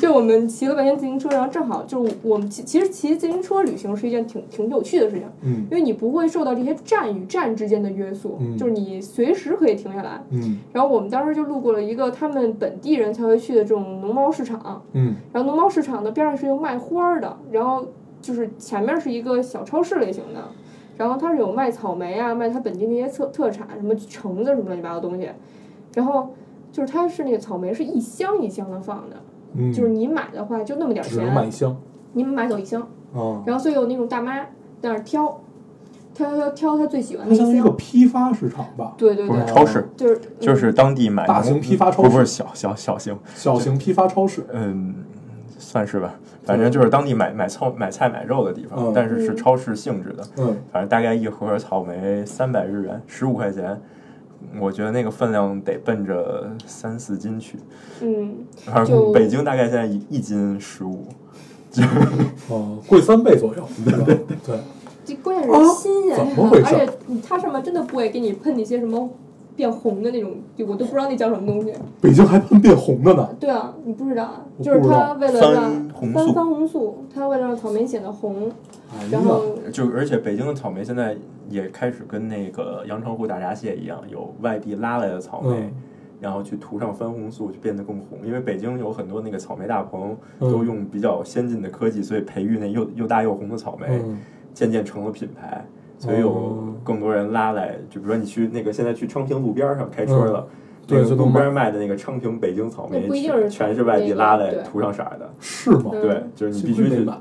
S3: 就我们骑了半天自行车，然后正好就是我们其其实骑自行车旅行是一件挺挺有趣的事情，
S4: 嗯
S3: 因为你不会受到这些站与站之间的约束，
S4: 嗯
S3: 就是你随时可以停下来。
S4: 嗯
S3: 然后我们当时就路过了一个他们本地人才会去的这种农贸市场，
S4: 嗯
S3: 然后农贸市场的边上是有卖花儿的，然后就是前面是一个小超市类型的，然后它是有卖草莓啊，卖它本地那些特特产，什么橙子什么乱七八糟东西，然后就是它是那个草莓是一箱一箱的放的，
S4: 嗯，
S3: 就是你买的话就那么点儿
S4: 只能买
S3: 钱，
S4: 一箱
S3: 你买走一箱，
S4: 啊。
S3: 然后所以有那种大妈在那儿挑，挑挑挑挑她最喜欢
S4: 它
S3: 的一
S4: 相当于一个
S3: 箱，
S4: 批发市场吧，
S3: 对对
S5: 不
S3: 对
S5: 是，嗯超市，
S3: 就是
S5: 就是当地买
S4: 大型批发超市
S5: 不不是小小小型，
S4: 小型批发超市。
S5: 嗯，算是吧，反正就是当地买买菜买菜买肉的地
S4: 嗯
S5: 方，但是是
S3: 嗯
S5: 超市性质的，
S4: 嗯
S5: 反正大概一盒草莓三百日元，十五块钱。我觉得那个分量得奔着三四斤去，
S3: 嗯。
S5: 反
S3: 就
S5: 正北京大概现在一一斤十五，
S4: 哦，贵三倍左 右。对吧对，
S3: 这关键是新鲜、
S4: 啊怎么回事
S3: 而且你它上面真的不会给你喷那些什么变红的那种，就我都不知道那叫什么东西。
S4: 北京还喷变红的呢。
S3: 对啊，你不知道啊，
S4: 我不
S3: 就
S4: 知道
S3: 是它为了让
S5: 番红
S3: 翻
S5: 素
S3: 番红素，它为了让草莓显得红，
S4: 哎呀
S3: 然，后
S5: 就而且北京的草莓现在也开始跟那个阳澄湖大闸蟹一样，有外地拉来的草莓，
S4: 嗯
S5: 然后去涂上番红素，就变得更红。因为北京有很多那个草莓大棚
S4: 嗯
S5: 都用比较先进的科技，所以培育那又又大又红的草莓，
S4: 嗯
S5: 渐渐成了品牌。所以有
S4: 哦
S5: 更多人拉来，就比如说你去那个现在去昌平路边儿上开车了，
S4: 对
S5: 那个
S4: 就能
S5: 路
S4: 买
S5: 边儿卖的那个昌平北京草
S3: 那
S5: 莓
S3: 不一定是，
S5: 全是外
S3: 那
S5: 地
S3: 个
S5: 拉来
S3: 对
S5: 涂上色儿的。
S4: 是吗？
S3: 嗯
S5: 对，就是你必须
S4: 得
S5: 得
S4: 买。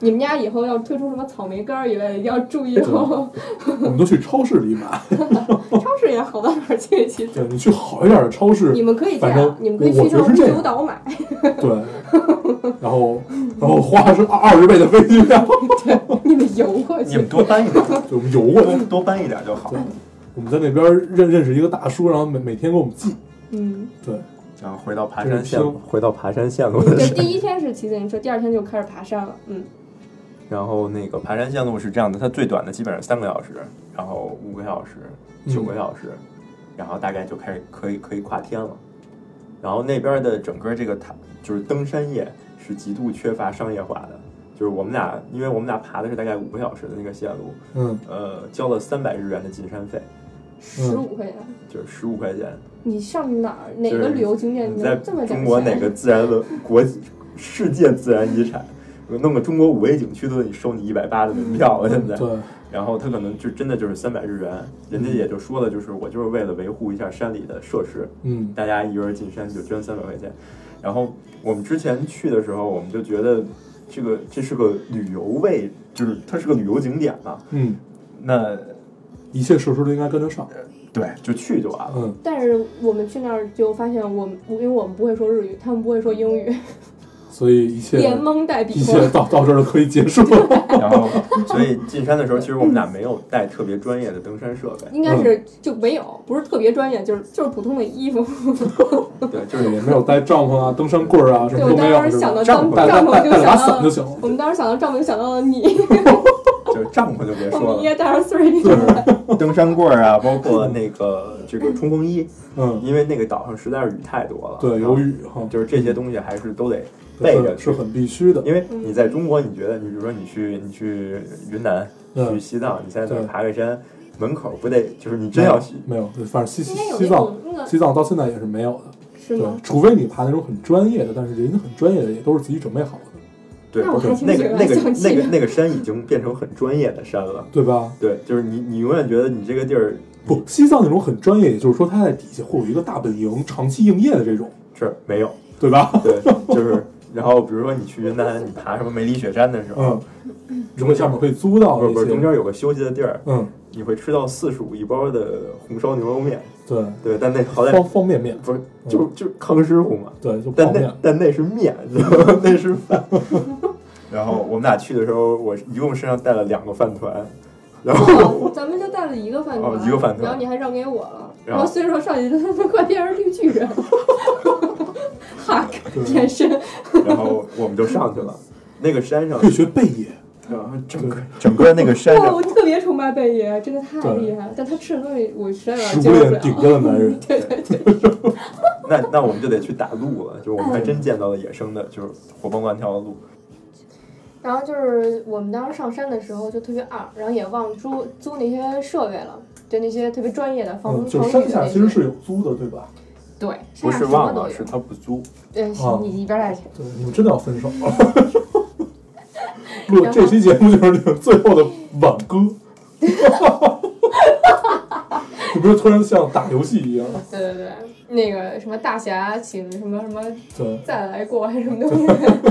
S3: 你们家以后要推出什么草莓干儿一类的，一定要注
S4: 哎
S3: 意 哦。
S4: 我们都去超市里买。
S3: 超市也好到哪儿去，其实。
S4: 对你去好一点的超市，
S3: 你们可以这
S4: 反正
S3: 样，你们可以
S4: 我
S3: 去
S4: 觉得
S3: 上
S4: 是
S3: 乌
S4: 这样
S3: 牛岛 买，
S4: 对，然后然后花是二十倍的飞机票，
S3: 你们游过
S5: 你
S3: 去
S5: 们。多搬一点 儿，
S4: 就我们游过去
S5: 多。多搬一点儿就好
S4: 对。我们在那边认认识一个大叔，然后每每天给我们寄。
S3: 嗯，
S4: 对，
S5: 然后回到爬
S4: 这
S5: 山
S4: 是
S5: 线路
S4: 拼，
S5: 回到爬山线路的
S3: 对，
S5: 时候，
S3: 第一天是骑自行车，第二天就开始爬山了。嗯，
S5: 然后那个爬山线路是这样的，它最短的基本上三个小时，然后五个小时、九个小时，然后大概就开始可以可以跨天了。然后那边的整个这个塔就是登山业是极度缺乏商业化的，就是我们俩，因为我们俩爬的是大概五个小时的那个线路，
S4: 嗯，
S5: 呃，交了三百日元的进山费，
S3: 十
S4: 嗯
S3: 五块钱。
S5: 就是十五块钱。
S3: 你上哪儿哪
S5: 就是
S3: 个旅游景点
S5: 你
S3: 你
S5: 在
S3: 能这么点
S5: 中
S3: 儿
S5: 国
S3: 钱
S5: 哪个自然文国世界自然遗产，弄个中国五 A 景区都得收你一百八的门票了，现在。
S4: 对，
S5: 然后他可能就真的就是三百日元，人家也就说了，就是我就是为了维护一下山里的设施，
S4: 嗯
S5: 大家一人进山就捐三百块钱。然后我们之前去的时候，我们就觉得这个这是个旅游位，就是它是个旅游景点嘛，
S4: 嗯，
S5: 那
S4: 一切设施都应该跟得上。
S5: 对就去就 完了。
S4: 嗯，
S3: 但是我们去那儿就发现，我们我因为我们不会说日语，他们不会说英语，
S4: 所以一切
S3: 连蒙带比
S4: 一
S3: 划
S4: 切。
S5: 嗯
S4: 到到这儿就可以结束 了。
S5: 然后所以进山的时候，其实我们俩没有带特别专业的登山设备。
S3: 应该是就没有，不是特别专业，就是就是普通的衣服。
S5: 对，就
S4: 对，也
S5: 是
S4: 没有带帐篷啊、登山棍儿啊，什
S3: 对
S4: 么
S3: 我
S4: 都没有
S3: 当，时
S4: 是
S3: 想到
S4: 吧
S5: 帐
S3: 帐
S5: 篷
S3: 篷，
S4: 带
S3: 帐
S4: 带带
S3: 篷就
S4: 带俩
S3: 想
S4: 伞
S3: 到
S4: 就
S3: 了，
S4: 行了。
S3: 我们当时想到帐篷就想到了你，
S5: 就是帐篷就别
S3: 我
S5: 说
S3: 们一夜
S5: 了，
S3: 带上四十一
S5: 就
S3: 个
S5: 是登山棍儿啊，包括那个这个冲锋衣，
S4: 嗯，
S5: 因为那个岛上实在是雨太多了，
S4: 对，
S5: 然后
S4: 有雨哈，
S5: 啊就是这些东西还是都得备着
S4: 对
S5: 去
S4: 是很必须的。
S5: 因为
S3: 嗯
S5: 你在中国，你觉得你比如说你去你去云南、
S4: 嗯
S5: 去西藏，你现在
S4: 对
S5: 在爬个山，门口不得就是你真要去，
S4: 没有，对反正西西
S3: 应该有
S4: 西
S3: 那
S4: 藏
S3: 种那个
S4: 西藏到现在也是没有的。
S3: 是
S4: 对
S3: 吗，？
S4: 除非你爬那种很专业的，但是人家很专业的也都是自己准备好的，
S5: 对，
S3: 那我还挺
S5: 那
S3: 喜
S5: 个
S3: 欢
S5: 那个
S3: 想去的
S5: 那个那个山已经变成很专业的山了，
S4: 对吧？
S5: 对，就是你你永远觉得你这个地儿
S4: 不，西藏那种很专业，也就是说它在底下会有一个大本营，长期营业的这种，
S5: 是没有，
S4: 对吧？
S5: 对，就是然后比如说你去云南，你爬什么梅里雪山的时候，
S4: 嗯，如果下面可以租到
S5: 不
S4: 这
S5: 是不
S4: 些，
S5: 是中间有个休息的地儿，
S4: 嗯，
S5: 你会吃到四十五一包的红烧牛肉面，
S4: 对，
S5: 对，但那好
S4: 方
S5: 歹
S4: 方便面，
S5: 不是就就康师傅嘛，
S4: 对，就泡
S5: 但
S4: 面
S5: 那，但那是面，你知道吗？ 那是饭。 然后我们俩去的时候，我一共身上带了两个饭团，然后
S3: 哦咱们就带了一个饭
S5: 哦
S3: 团，
S5: 一个饭团
S3: 然后你还让给我了，
S5: 然
S3: 然
S5: 后
S3: 后虽说上去他他快变成绿巨人， 哈，变身，
S5: 然后我们就上去了。那个山上
S4: 可以，学贝爷，
S5: 然后整个整个那个山
S3: 哇，
S5: 上，
S3: 我特别崇拜贝爷，真的太
S4: 对
S3: 厉害了，但他吃的东西我实在有
S4: 食
S3: 点
S4: 物
S3: 接受不
S4: 链顶
S3: 了。
S4: 端的男人，
S3: 对对对，
S5: 那那我们嗯就得去打鹿了，就我们还真见到了野生的，就是活蹦乱跳的鹿。
S3: 然后就是我们当时上山的时候就特别二，然后也忘租租那些设备了，就那些特别专业的防风
S4: 嗯，就
S3: 防
S4: 是
S3: 雨的
S4: 山
S3: 那些。
S4: 下其实是有租的，对吧？
S3: 对，山
S5: 不
S3: 下
S5: 是
S3: 什么
S5: 忘
S3: 都
S5: 了，
S3: 有
S5: 是。他不租。
S3: 对，
S4: 啊
S3: 你一边带去。
S4: 对，你们真的 要分手了。录这期节目就是这个最后的挽歌， 就不是突然像打游戏一样？
S3: 对对对，那个什么大侠，请什么什么
S4: 对，
S3: 再来过还是什么东西？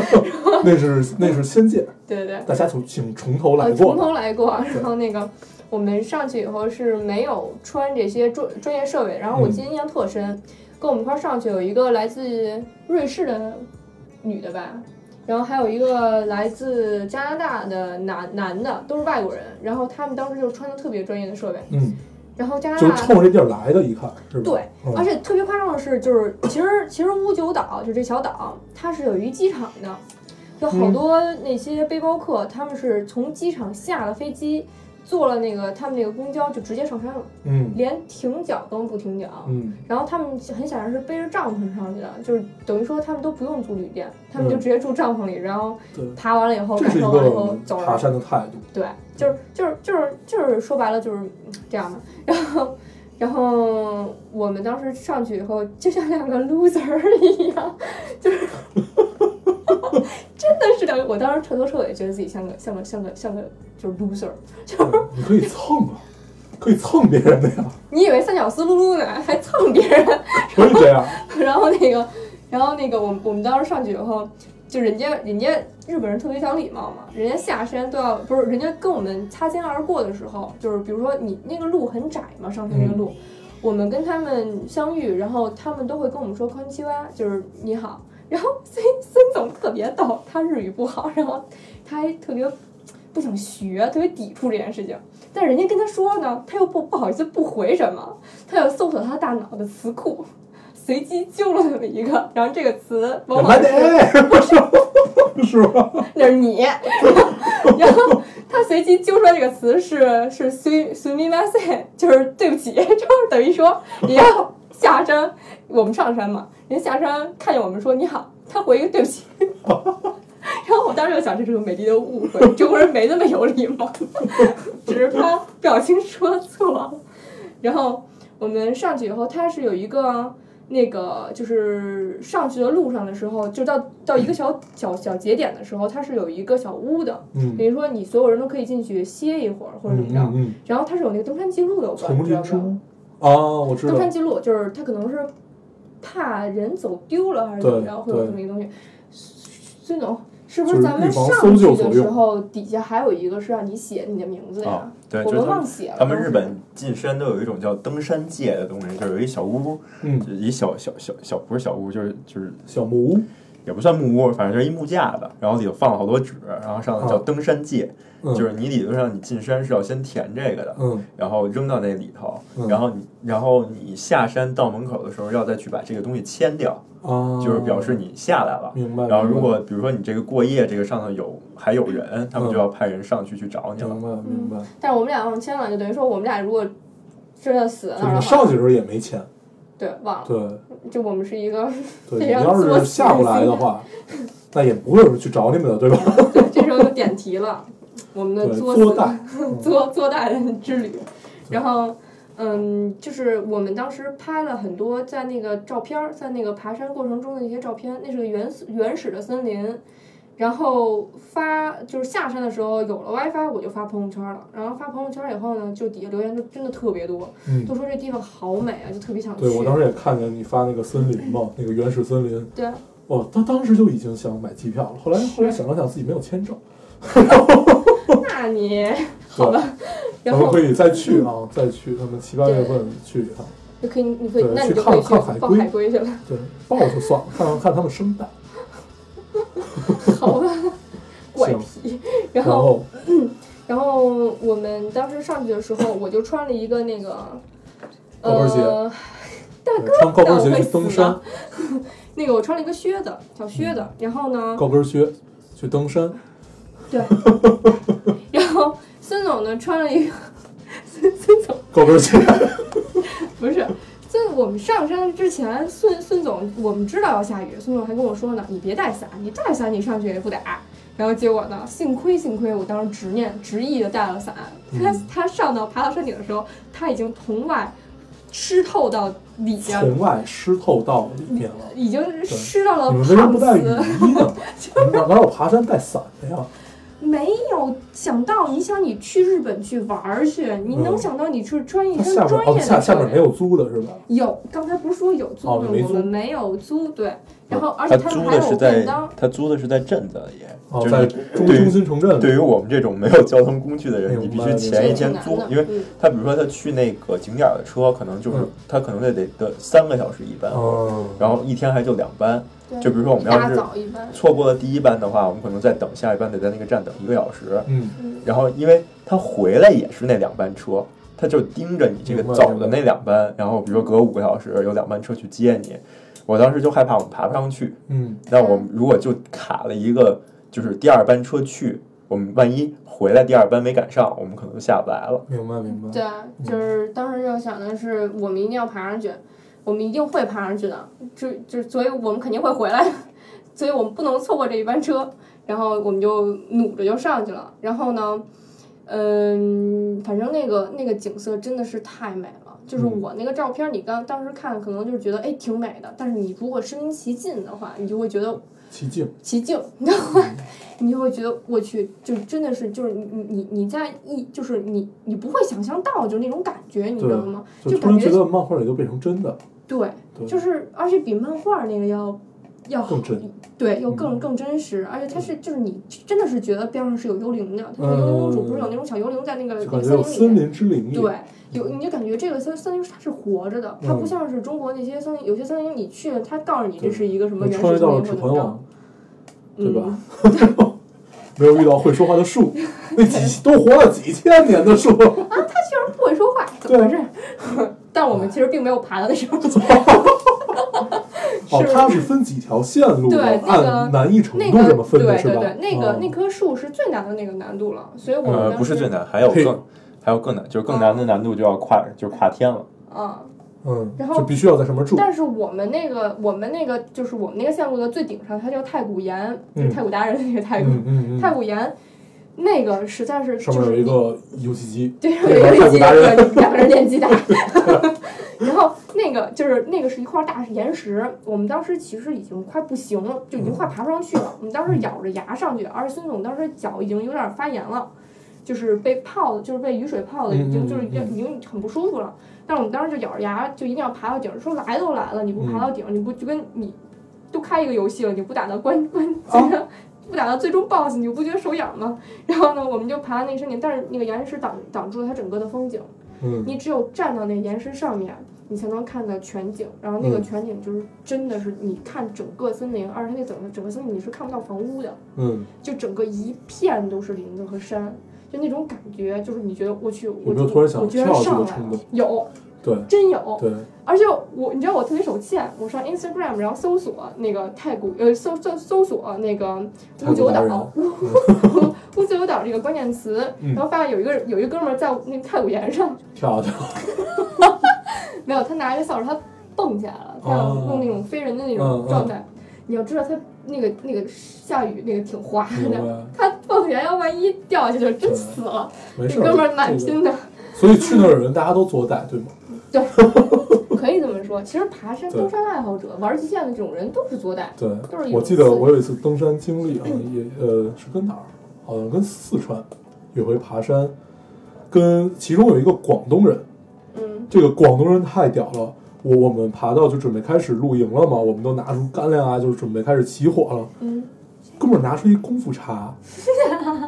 S4: 那是那是仙剑，
S3: 对对。
S4: 大家请请从头来
S3: 呃，
S4: 过
S3: 从。头来过。然后那个我们上去以后是没有穿这些专专业设备，然
S4: 嗯
S3: 后我记得印象特深，跟我们一块儿上去有一个来自瑞士的女的吧。然后还有一个来自加拿大的男男的，都是外国人。然后他们当时就穿的特别专业的设备。
S4: 嗯，
S3: 然后加拿
S4: 就是
S3: 大
S4: 冲着这地儿来的，一看是吧？
S3: 对，
S4: 嗯
S3: 而且特别夸张的是，就是其实其实乌九岛就这小岛，它是有一机场的，有好
S4: 嗯
S3: 多那些背包客，他们是从机场下了飞机，坐了那个他们那个公交就直接上山了，
S4: 嗯
S3: 连停脚都不停脚。
S4: 嗯，
S3: 然后他们很显然是背着帐篷上去的，就是等于说他们都不用住旅店，他们就
S4: 嗯
S3: 直接住帐篷里，然后
S4: 对，
S3: 爬完了以后，
S4: 这
S3: 感
S4: 是一
S3: 受完了以后
S4: 个
S3: 走人
S4: 爬。山的态度。
S3: 对，就是就是就是就是说白了就是嗯这样的。然后然后我们当时上去以后，就像两个 loser 一样，就是 真的是两个。我当时彻头彻尾觉得自己像个像个像个像个就是 loser，就是
S4: 对你可以蹭啊，可以蹭别人的 呀，
S3: 你以为三角丝撸撸呢，还蹭别人。
S4: 可以这样。
S3: 然后那个，然后那个，我们我们当时上去以后，就人家人家日本人特别讲礼貌嘛，人家下山都要不是人家跟我们擦肩而过的时候，就是比如说你那个路很窄嘛，上山那个路，我们跟他们相遇，然后他们都会跟我们说康七哇，就是你好。然后 孙孙总特别逗，他日语不好，然后他还特别不想学，特别抵触这件事情。但人家跟他说呢，他又不不好意思不回什么，他又搜索他大脑的词库，随机揪了那么一个，然后这个词往往
S4: 慢
S3: 是
S4: 点，是吧？
S3: 那是你，然后他随机揪出来这个词是是 “su su mi ma se”，就是对不起， 就是等于说你要下山，我们上山嘛，人家下山看见我们说你好，他回一个对不起。 然后我当时就想，这是个美丽的误会，中国人没那么有礼貌， 只是他表情说错了。然后我们上去以后，它是有一个那个，就是上去的路上的时候，就到到一个小小小节点的时候，它是有一个小屋的，
S4: 嗯
S3: 等于说你所有人都可以进去歇一会儿或者怎
S4: 嗯
S3: 么着。
S4: 嗯嗯，
S3: 然后它是有那个登山记录的，我不知道你
S4: 丛
S3: 知道
S4: 林
S3: 不知
S4: 之
S3: 道
S4: 屋啊，我知道
S3: 登。山记录，就是他可能是怕人走丢了还是
S4: 对
S3: 怎么着，会有这么一个东西。孙总，是不
S4: 就是是
S3: 咱们
S4: 预防
S3: 上
S4: 搜
S3: 去
S4: 救作
S3: 的时
S4: 用
S3: 候底下还有一个是让你写你的名字呀？
S5: 哦啊对，
S3: 我
S5: 就是
S3: 们
S5: 他
S3: 忘
S5: 们
S3: 写了。
S5: 他们日
S3: 当时
S5: 本进山都有一种叫登山界的东西，就是有一小屋，
S4: 嗯，
S5: 就是一小小小小不是小屋，就是就是
S4: 小木屋，
S5: 也不算木屋，反正就是一木架子，然后里头放了好多纸，然后上头叫
S4: 嗯
S5: 登山界，
S4: 嗯
S5: 就是你理论上你进山是要先填这个的，
S4: 嗯
S5: 然后扔到那里头，
S4: 嗯
S5: 然后你然后你下山到门口的时候要再去把这个东西签掉，
S4: 啊，
S5: 就是表示你下来了。
S4: 明白。
S5: 然后如果比如说你这个过夜这个上头有还有人，他们
S4: 嗯
S5: 就要派人上去去找你了。
S4: 明白
S3: 嗯
S4: 明白，
S3: 但是我们俩忘签了，就等于说我们俩如果真的死在那儿的
S4: 就是你
S3: 话，
S4: 上去的时候也没钱，
S3: 对，忘了，
S4: 对
S3: 就我们是一个，
S4: 对，
S3: 这
S4: 你
S3: 样
S4: 要
S3: 作
S4: 是
S3: 死
S4: 下不来的话，那也不会有人去找你们的，对吧？
S3: 对，这时候就点题了，我们的
S4: 对，
S3: 作
S4: 作
S3: 死
S4: 带，
S3: 做做大的之旅。然后，嗯，就是我们当时拍了很多在那个照片儿，在那个爬山过程中的一些照片，那是个原始原始的森林。然后发就是下山的时候有了 WiFi，我就发朋友圈了。然后发朋友圈以后呢，就底下留言就真的特别多，
S4: 嗯
S3: 都说这地方好美啊，就特别想去。
S4: 对我当时也看见你发那个森林嘛，那个原始森林，
S3: 对啊
S4: 哦，他当时就已经想买机票了，后来后来想了想自己没有签证，
S3: 那你
S4: 对，
S3: 然
S4: 咱们
S3: 后
S4: 可以再去啊，再去，咱们七八月份去一趟，
S3: 就可以，你可以，
S4: 对
S3: 那你
S4: 去
S3: 就可以
S4: 看
S3: 去
S4: 看海
S3: 抱
S4: 龟
S3: 海龟去 了，
S4: 对，抱就算了，看看看他们生蛋，
S3: 好吧， 怪
S4: 行
S3: 癖。然
S4: 然
S3: 后
S4: 后
S3: 然后我们当时上去的时候，我就穿了一个那个，
S4: 高跟鞋
S3: 呃，
S4: 对穿高跟
S3: 那我
S4: 鞋
S3: 会
S4: 去登
S3: 死
S4: 山
S3: 吗，那个我穿了一个靴子，小靴子。然后呢，
S4: 嗯高跟靴去登山，
S3: 对，然后孙总呢穿了一个，孙总
S4: 高跟鞋，
S3: 不是孙我们上山之前，孙孙总我们知道要下雨，孙总还跟我说呢，你别带伞，你带伞你上去也不打。然后结果呢，幸亏幸亏我当时执念执意的带了伞，他
S4: 嗯
S3: 他上到爬到山顶的时候，他已经从外湿透到里边了，
S4: 从外湿透到里面了。
S3: 已经湿到了
S4: 你
S3: 胖子。
S4: 们为什么不带雨衣呢？哪哪有爬山带伞的呀？
S3: 没有想到，你想你去日本去玩儿去，你
S4: 嗯
S3: 能想到你去穿一
S4: 它
S3: 身
S4: 下边
S3: 专
S4: 哦
S3: 业的
S4: 下下边
S3: 球
S4: 没有租的是吧？
S3: 有，刚才不是说有租
S4: 哦
S3: 吗？
S4: 没
S3: 我
S4: 租
S3: 们没有租，对。然后，而
S5: 哦
S3: 且
S5: 他
S3: 他们
S5: 租
S3: 还
S5: 的是
S3: 有
S5: 在
S3: 便当，
S5: 他租的是在镇子里，
S4: 哦
S5: 就，
S4: 在
S5: 是
S4: 中
S5: 对于
S4: 中心城镇
S5: 对于我们这种没有交通工具的人，你必
S4: 明白
S5: 须前一天
S3: 这挺
S5: 租
S3: 难，的
S5: 因为
S3: 嗯
S5: 他比如说他去那个景点儿的车，可能就是
S4: 嗯
S5: 他可能得得得三个小时一班，
S4: 哦，
S5: 然后一天还就两班，就比如说我们
S3: 大
S5: 要是
S3: 早一般，
S5: 错过了第一班的话，我们可能再等下一班，得在那个站等一个小时。
S4: 嗯，
S5: 然后因为他回来也是那两班车，他就盯着你这个
S4: 明白
S5: 走的那两班，然后比如说隔五个小时有两班车去接你，我当时就害怕我们爬不上去，
S4: 嗯，
S5: 那我们如果就卡了一个，就是第二班车去，我们万一回来第二班没赶上，我们可能就下不来了。
S4: 明白明白。
S3: 对啊，就是当时就想的是，我们一定要爬上去，我们一定会爬上去的，就就所以我们肯定会回来， 所以我们不能错过这一班车，然后我们就努着就上去了，然后呢，嗯，反正那个那个景色真的是太美了。就是
S4: 嗯
S3: 我那个照片，你刚当时看，可能就是觉得哎挺美的，但是你如果身临其境的话，你就会觉得
S4: 奇境，
S3: 奇境，
S4: 嗯
S3: 然后 你就会觉得我去，就真的是就是你你你你在一就是你你不会想象到就那种感觉，你知道吗？
S4: 就
S3: 就
S4: 突然
S3: 感
S4: 觉
S3: 觉
S4: 得漫画里都变成真的，
S3: 对，
S4: 对，
S3: 就是而且比漫画那个要要好
S4: 更嗯真
S3: 对，要更更真实，而且它是就是你真的是觉得边上是有幽灵的，它那
S4: 嗯
S3: 个幽灵公主不是有那种小幽灵在那个那
S4: 就
S3: 个
S4: 感觉有
S3: 森
S4: 森
S3: 林里。
S4: 林之灵一样。
S3: 对，有你就感觉这个森森林它是活着的，它
S4: 嗯
S3: 不像是中国那些森林，有些森林你去了，它告诉你这
S4: 对
S3: 是一个什么
S4: 你
S3: 原始森
S4: 穿越
S3: 林或
S4: 到了
S3: 者
S4: 指
S3: 怎
S4: 环
S3: 么着
S4: 王，，对吧
S3: 嗯？
S4: 没有遇到会说话的 树，那几都活了几千年的树，
S3: 不会说话，怎么回事？ 但我们其实并没有爬到那上面去。
S4: 哦，
S3: 是
S4: 它是分几条线路的，
S3: 对那个
S4: 按难易程
S3: 那
S4: 度这么
S3: 个
S4: 分
S3: 对
S4: 的
S3: 对
S4: 是吧？
S3: 对，那个、
S4: 哦
S3: 那棵树是最难的那个难度了，所以我们
S5: 呃
S3: 当，时
S5: 不是最，难，还有
S4: 嘿
S5: 更还有更难，就是更难的难度就要跨就是跨天了。
S3: 嗯，
S4: 嗯，
S3: 然后
S4: 就必须要在上面住。
S3: 但是我们那个我们那个就是我们那个线路的最顶上，它叫太古岩，就是太古达人的那个太古、
S4: 嗯嗯
S3: 太
S4: 嗯，
S3: 古岩，那个实在是就
S4: 上面有
S3: 是
S4: 一
S3: 你
S4: 个游戏机，
S3: 对，有一
S4: 对太
S3: 个
S4: 古
S3: 鸡
S4: 达
S3: 蛋，
S4: 人
S3: 对 两个人练鸡蛋。 然后那个就是那个是一块大岩石，我们当时其实已经快不行了，就已经快爬不上去了。我们当时咬着牙上去，而且孙总当时脚已经有点发炎了，就是被泡的，就是被雨水泡的，已经就是
S4: 嗯嗯嗯
S3: 已经很不舒服了。但是我们当时就咬着牙，就一定要爬到顶儿。说来都来了，你不爬到
S4: 嗯
S3: 顶儿，你不就跟你都开一个游戏了，你不打到关关
S4: 啊
S3: 这个 不打到最终 BOSS，你就不觉得手痒吗？然后呢，我们就爬到那个山顶，但是那个岩石挡挡住了它整个的风景，
S4: 嗯，
S3: 你只有站到那岩石上面，你才能看到全景。然后那个
S4: 嗯
S3: 全景就是真的是你看整个森林，而且它那整个整个森林你是看不到房屋的，
S4: 嗯，
S3: 就整个一片都是林子和山，就那种感觉，就是你觉得我去，
S4: 有
S3: 我
S4: 没有
S3: 就
S4: 突然想
S3: 我居然
S4: 跳这
S3: 上
S4: 个
S3: 来
S4: 冲
S3: 了
S4: 动？
S3: 有，
S4: 对
S3: 真有。
S4: 对，
S3: 而且我，你知道我特别手欠，我上 Instagram 然后搜索那个太古，呃，搜搜搜索那个
S4: 太
S3: 乌
S4: 古
S3: 九
S4: 达人
S3: 岛，乌 乌九岛这个关键词，
S4: 嗯
S3: 然后发现有一个有一个哥们儿在那个太古岩上，
S4: 跳啊跳，
S3: 没有，他拿一个扫帚，他蹦起来了，他要
S4: 哦
S3: 弄那种飞人的那
S4: 嗯嗯
S3: 种状态。你要知道，他那个那个下雨 那个挺滑
S4: 明
S3: 的，
S4: 白？
S3: 他蹦起来要万一掉下去就真死了。
S4: 没
S3: 这
S4: 事儿，
S3: 哥们儿蛮
S4: 这个
S3: 拼的，
S4: 所以去那儿的人大家都作歹，对吗？
S3: 可以这么说。其实爬山
S4: 对
S3: 登山爱好者、玩极限的这种人都是作歹。
S4: 对
S3: 都是，有
S4: 我记
S3: 一
S4: 得
S3: 次
S4: 我有一次登山经历啊，也呃是跟哪儿？好像跟四川有回爬山，跟其中有一个广东人，
S3: 嗯
S4: 这个广东人太屌了。我我们爬到就准备开始露营了嘛，我们都拿出干粮啊，就是准备开始起火了。
S3: 嗯，
S4: 哥们儿拿出一功夫茶，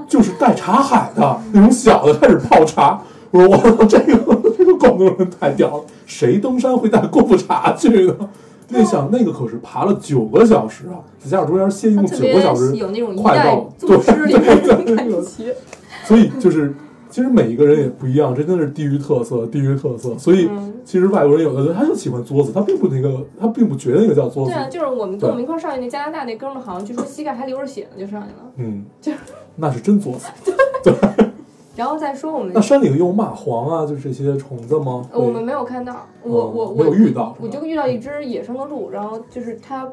S4: 就是带茶海的那种小的，开始泡茶。我说我这个这个广东人太屌了，谁登山会带功夫茶去呢？那想那个可是爬了九个小时啊，再加上中间歇一
S3: 他
S4: 共
S3: 特
S4: 九
S3: 别
S4: 个小时，
S3: 有那种一
S4: 快到
S3: 代
S4: 了
S3: 宗师里面那种
S4: 对对对
S3: 感觉。
S4: 所以就是其实每一个人也不一样，这真的是地域特色，地域特色。所以
S3: 嗯
S4: 其实外国人有的人他就喜欢作死，他并不那个，他并不觉得那个叫作
S3: 对
S4: 死。
S3: 啊，就是我们
S4: 对
S3: 跟我们一块儿上去那加拿大那哥们儿，好像据说膝盖还流着血呢，就上去了。
S4: 嗯
S3: 就是，
S4: 那是真作死。
S3: 然后再说我们
S4: 那山里有蚂蟥啊，就是这些虫子吗？
S3: 呃我们
S4: 会
S3: 没有看到，我
S4: 哦
S3: 我
S4: 没
S3: 我
S4: 有遇到，
S3: 我就遇到一只野生的鹿，然后就是它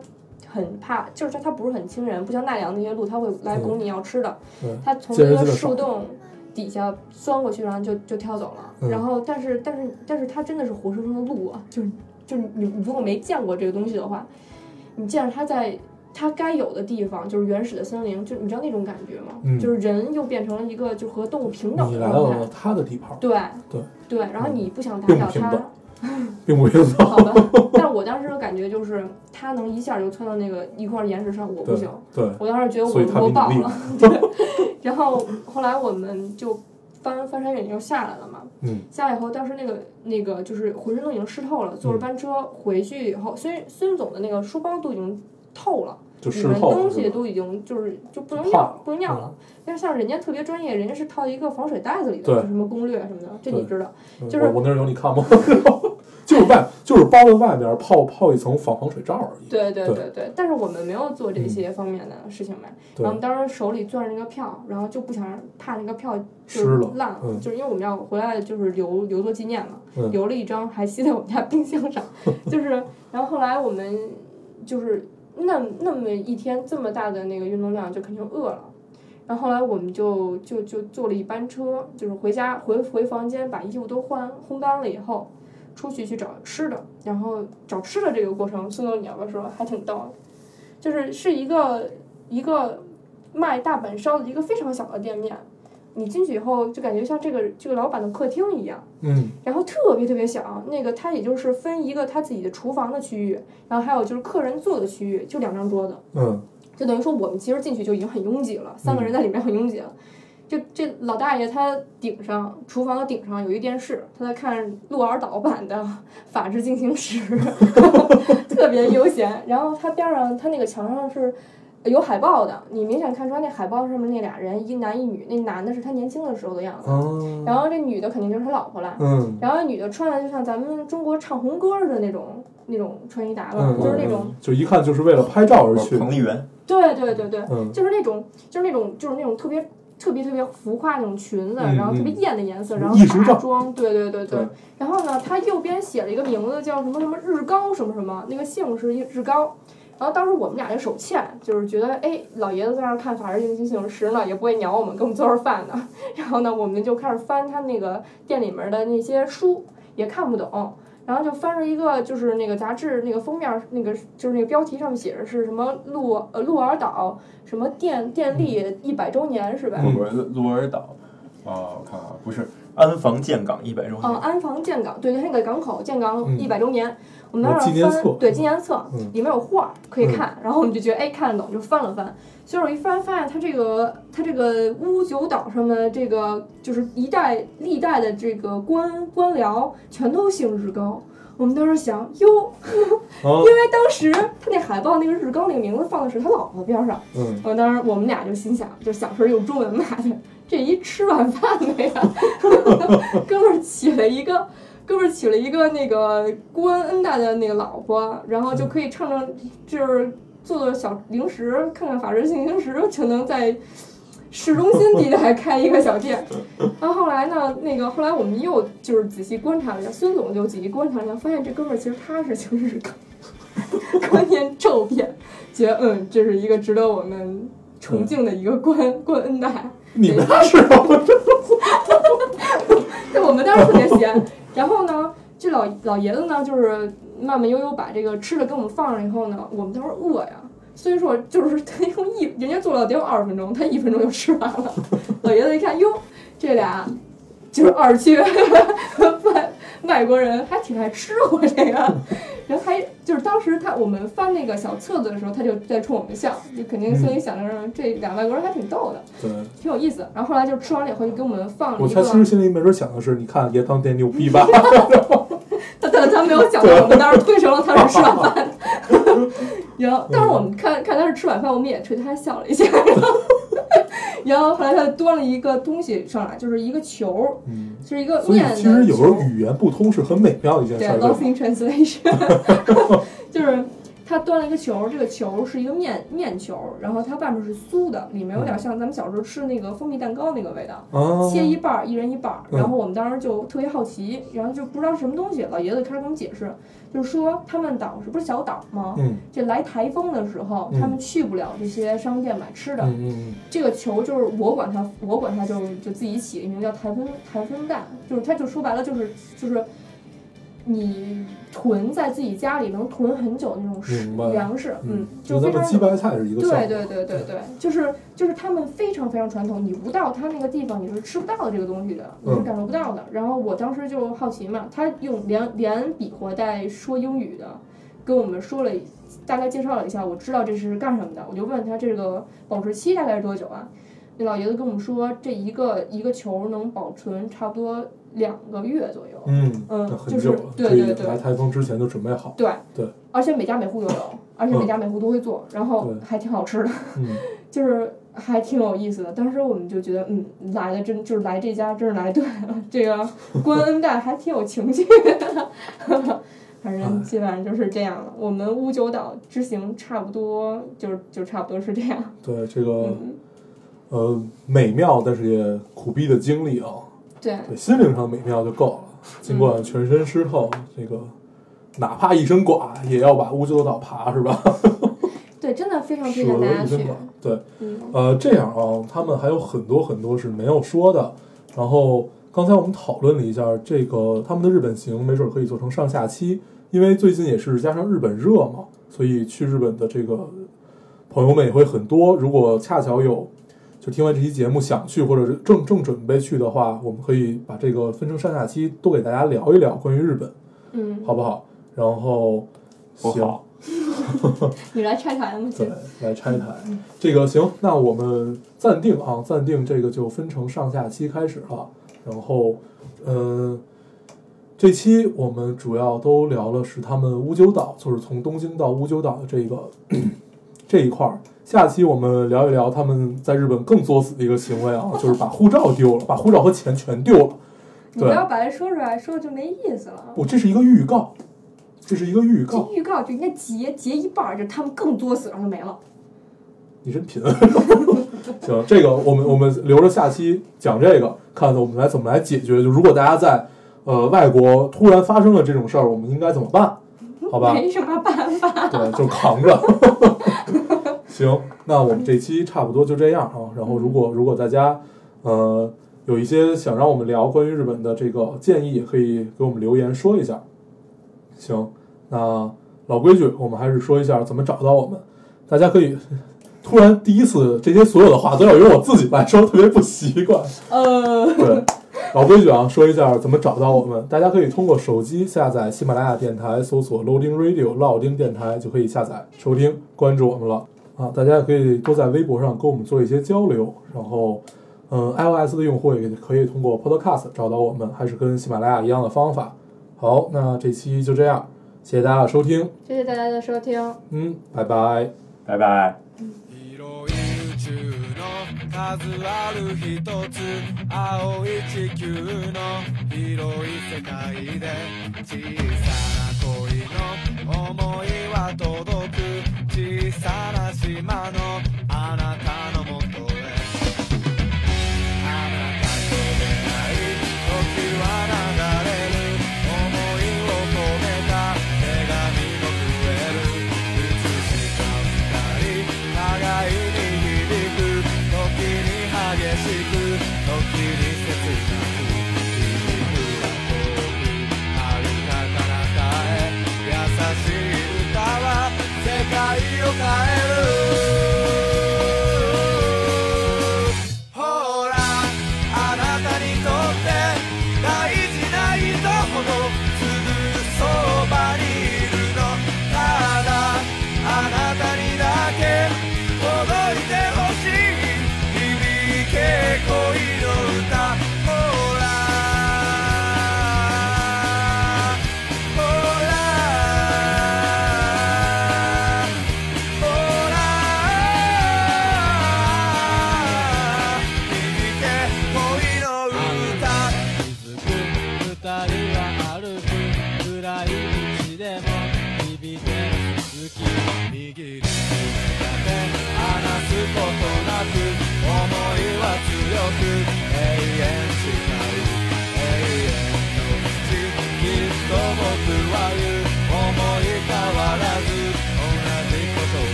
S3: 很怕，就是它它不是很亲人，不像奈良那些鹿，它会来拱你要吃的
S4: 嗯。
S3: 它从
S4: 见
S3: 一
S4: 人
S3: 个
S4: 就得
S3: 树
S4: 赏
S3: 洞底下钻过去，然后就就跳走了。
S4: 嗯
S3: 然后但是但是但是它真的是活生生的鹿啊，就是就是你你如果没见过这个东西的话，你见着它在。它该有的地方就是原始的森林，就你知道那种感觉吗？
S4: 嗯
S3: 就是人又变成了一个就和动物平等
S4: 你
S3: 的
S4: 来
S3: 状态。
S4: 到了他的地盘，
S3: 对
S4: 对
S3: 对，然后
S4: 嗯
S3: 你不想打
S4: 并不
S3: 扰
S4: 平
S3: 它
S4: 等，并不知道。
S3: 好吧，但我当时的感觉就是，他能一下就窜到那个一块岩石上，我不行。
S4: 对，
S3: 我当时觉得
S4: 所以他
S3: 我
S4: 比
S3: 我
S4: 你
S3: 饱
S4: 厉
S3: 了
S4: 害，
S3: 对。然后后来我们就翻翻山越岭就下来了嘛。
S4: 嗯，
S3: 下来以后，当时那个那个就是浑身都已经湿透了，坐着班车回去以后，孙孙总的那个书包都已经透了，
S4: 就啊
S3: 里
S4: 事
S3: 面
S4: 后
S3: 东西都已经就是就嗯不能
S4: 怕
S3: 要
S4: 了
S3: 不能要了。但是像人家特别专业，人家是套一个防水袋子里的，
S4: 对
S3: 就什么攻略什么的，这你
S4: 对
S3: 知道。
S4: 嗯
S3: 就是
S4: 我我那儿有你看吗？ 就是外就是包的外边泡泡一层防防水罩而已。
S3: 对对
S4: 对
S3: 对对，但是我们没有做这些方面的事情嘛。然后我们
S4: 对，
S3: 当时手里攥着那个票，然后就不想让怕那个票就
S4: 湿了，
S3: 烂了，
S4: 嗯
S3: 就是因为我们要回来就是留留作纪念嘛，
S4: 嗯
S3: 留了一张还吸在我们家冰箱 上，就是然后后来我们就是那那么一天这么大的那个运动量就肯定饿了。然后后来我们就就就坐了一班车，就是回家回回房间把衣服都换烘干了以后，出去去找吃的，然后找吃的这个过程，孙总你要不要说还挺逗的，就是是一个一个卖大阪烧的一个非常小的店面，你进去以后就感觉像这个这个老板的客厅一样，
S4: 嗯，
S3: 然后特别特别小，那个它也就是分一个他自己的厨房的区域，然后还有就是客人坐的区域，就两张桌子，
S4: 嗯，
S3: 就等于说我们其实进去就已经很拥挤了，三个人在里面很拥挤了。就这老大爷他顶上厨房的顶上有一电视，他在看鹿儿岛版的《法制进行时》，特别悠闲。然后他边上他那个墙上是有海报的，你明显看出来那海报上面那俩人一男一女，那男的是他年轻的时候的样子，
S4: 啊，
S3: 然后这女的肯定就是他老婆了。
S4: 嗯，
S3: 然后那女的穿的就像咱们中国唱红歌儿的那种那种穿衣打扮，
S4: 嗯
S3: 就是那种
S4: 就一看就是为了拍照而去。
S5: 彭丽媛，
S3: 对对对对，
S4: 嗯
S3: 就是那种就是那种就是那种特别特别特别浮夸那种裙子，
S4: 嗯
S3: 然后特别
S4: 嗯
S3: 艳的颜色，
S4: 嗯
S3: 然后
S4: 艺术
S3: 大
S4: 照
S3: 妆，对对对
S4: 对，
S3: 然后呢，它右边写了一个名字叫什么什么日高什么什么，那个姓是日高。然后当时我们俩就手欠，就是觉得哎，老爷子在那儿看《法制进行时》呢，也不会鸟我们，给我们做着饭呢。 然后呢，我们就开始翻他那个店里面的那些书，也看不懂。然后就翻着一个，就是那个杂志那个封面儿，那个就是那个标题上面写着是什么鹿呃鹿儿岛什么电电力一百周年是吧？
S4: 嗯
S5: 我鹿儿岛，啊，我看看啊，不是哦安防建港一百周
S3: 呃，
S5: 年，
S3: 安防建港，对，它那个港口建港
S4: 嗯
S3: 一百周年，我们
S4: 有
S3: 当时
S4: 纪念
S3: 翻
S4: 册
S3: 对纪念册、
S4: 嗯
S3: 里面有画儿可以看，然后我们就觉得哎看得懂，就翻了翻。所以我一翻发现它这个它这个乌九岛上面这个就是一代历代的这个官官僚全都姓日高。我们当时想哟，
S4: 啊，
S3: 因为当时他那海报那个日高那个名字放的是他老婆边上，
S4: 嗯，
S3: 我当时我们俩就心想，就想说用中文骂去，这一吃晚饭的呀， 哥们儿娶了一个，哥们儿娶了一个那个郭恩大的那个老婆，然后就可以唱唱，就是做做小零食，看看法制进行时，就能在市中心地带开一个小店。然后后来呢，那个后来我们又就是仔细观察了一下，孙总就仔细观察了一下，发现这哥们儿其实他是姓日高， 观念骤变，觉得嗯，这是一个值得我们崇敬的一个官官恩大。
S4: 嗯你们是 啊，
S3: 对，我们当时特别闲。然后呢，这老老爷子呢，就是慢慢悠悠把这个吃的给我们放上以后呢，我们当时饿呀，所以说就是他用一人家做了得有二十分钟，他一分钟就吃完了。老爷子一看，哟，这俩就是二区外外国人，还挺爱吃我这个。然后还就是当时他我们翻那个小册子的时候，他就在冲我们笑，就肯定心里想着这俩外国人还挺逗的，
S4: 对，
S3: 挺有意思。然后后来就吃完了以后，就给我们放了一个。
S4: 我他其实心里没准想的是，你看爷当爹牛逼 吧？
S3: 他他他没有想到我们当时推成了他是吃晚饭，然后但是我们看看他是吃晚饭，我们也垂他笑了一下， 然后然后后来他就端了一个东西上来，就是一个球，
S4: 嗯，
S3: 就是一个
S4: 所以
S3: 面的
S4: 其实有时候
S3: 球
S4: 语言不通是很美妙的一件
S3: 对
S4: 事儿，
S3: lost in translation，就是他端了一个球，这个球是一个面面球，然后它外面是酥的，里面有点
S4: 嗯
S3: 像咱们小时候吃那个蜂蜜蛋糕那个味道。
S4: 啊，
S3: 切一半儿，一人一半儿。
S4: 嗯
S3: 然后我们当时就特别好奇，然后就不知道是什么东西，老爷子开始给我们解释，就是说他们岛是不是小岛吗？
S4: 嗯
S3: 这来台风的时候，
S4: 嗯
S3: 他们去不了这些商店买吃的。
S4: 嗯嗯
S3: 这个球就是我管它，我管它就就自己起一名叫台风台风蛋，就是它就说白了就是就是你囤在自己家里能囤很久那种食
S4: 明白
S3: 粮食，嗯
S4: 嗯，，
S3: 就
S4: 咱
S3: 非
S4: 们
S3: 常
S4: 鸡白菜是一个
S3: 对
S4: 项目，
S3: 对对对对，就是就是他们非常非常传统，你不到他那个地方你是吃不到这个东西的，你是
S4: 嗯
S3: 感受不到的。然后我当时就好奇嘛，他用连连比划带说英语的，跟我们说了一，大概介绍了一下，我知道这是干什么的，我就问他这个保质期大概是多久啊？那老爷子跟我们说，这一个一个球能保存差不多两个月左右。
S4: 嗯，
S3: 嗯
S4: 那很
S3: 就是
S4: 久了，
S3: 对
S4: 可以
S3: 对对
S4: 来台风之前就准备好，
S3: 对
S4: 对，
S3: 而且每家每户都有，而且每家每户都会做，然后
S4: 嗯对
S3: 还挺好吃的。
S4: 嗯，
S3: 就是还挺有意思的。当时我们就觉得，嗯，来的真就是来这家真是来对了，这个关恩带还挺有情趣的。 反正基本上就是这样了。我们乌九岛之行差不多，就是就差不多是这样。
S4: 对这个
S3: 嗯，
S4: 呃美妙但是也苦逼的经历啊，
S3: 对，
S4: 对心灵上美妙就够了，尽
S3: 嗯
S4: 管全身湿透，这个哪怕一身剐也要把乌九岛爬是吧？
S3: 对，真的非常推
S4: 舍
S3: 荐大
S4: 得
S3: 家
S4: 一身
S3: 去
S4: 剐。，对，
S3: 嗯，
S4: 呃，这样啊，他们还有很多很多是没有说的。然后刚才我们讨论了一下这个他们的日本行，没准可以做成上下期，因为最近也是加上日本热嘛，所以去日本的这个朋友们也会很多。如果恰巧有就听完这期节目想去或者是正正准备去的话，我们可以把这个分成上下期，多给大家聊一聊关于日本，
S3: 嗯，
S4: 好不好？然后
S5: 不
S4: 行。
S5: 好
S3: 你来拆台吗？
S4: 对，来拆台。这个行，那我们暂定啊，暂定这个就分成上下期开始了。然后，嗯、这期我们主要都聊了是他们乌九岛，就是从东京到乌九岛的这个 这一块儿。下期我们聊一聊他们在日本更作死的一个行为啊，就是把护照丢了，把护照和钱全丢了。
S3: 你不
S4: 对
S3: 要把它说出来，说的就没意思了。
S4: 不，这是一个预告，这是一个预告
S3: 这。预告就应该截截一半儿，就他们更作死，然后就没了。
S4: 你真贫。 行，这个我们我们留着下期讲这个，看我们来怎么来解决。就如果大家在呃外国突然发生了这种事儿，我们应该怎么办？好吧？
S3: 没什么办法。
S4: 对，就扛着。 行，那我们这期差不多就这样啊。然后如果如果大家呃有一些想让我们聊关于日本的这个建议，也可以给我们留言说一下。行，那老规矩，我们还是说一下怎么找到我们。大家可以 突然第一次这些所有的话都要由我自己来说，特别不习惯。
S3: 呃，
S4: 对，老规矩啊，说一下怎么找到我们。大家可以通过手机下载喜马拉雅电台，搜索 Loading Radio 老丁电台就可以下载收听，关注我们了啊！大家也可以多在微博上跟我们做一些交流，然后。嗯，iOS 的用户也可以通过 Podcast 找到我们，还是跟喜马拉雅一样的方法。好，那这期就这样，谢谢大家的收听，
S3: 谢谢大家的收听。
S4: 嗯，拜拜。
S5: 拜拜。
S6: 広い宇宙の数ある一つ青い地球の広い世界で小さな恋の思いは届く小さな島のあなたのもとへあなたと出会い時は流れる思い出を込めた手紙も増える美しかったり互いに響く時に激しく時に切なく響くは遠く遥か彼方へ優しい歌は世界を変える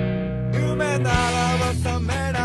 S6: たらば覚めな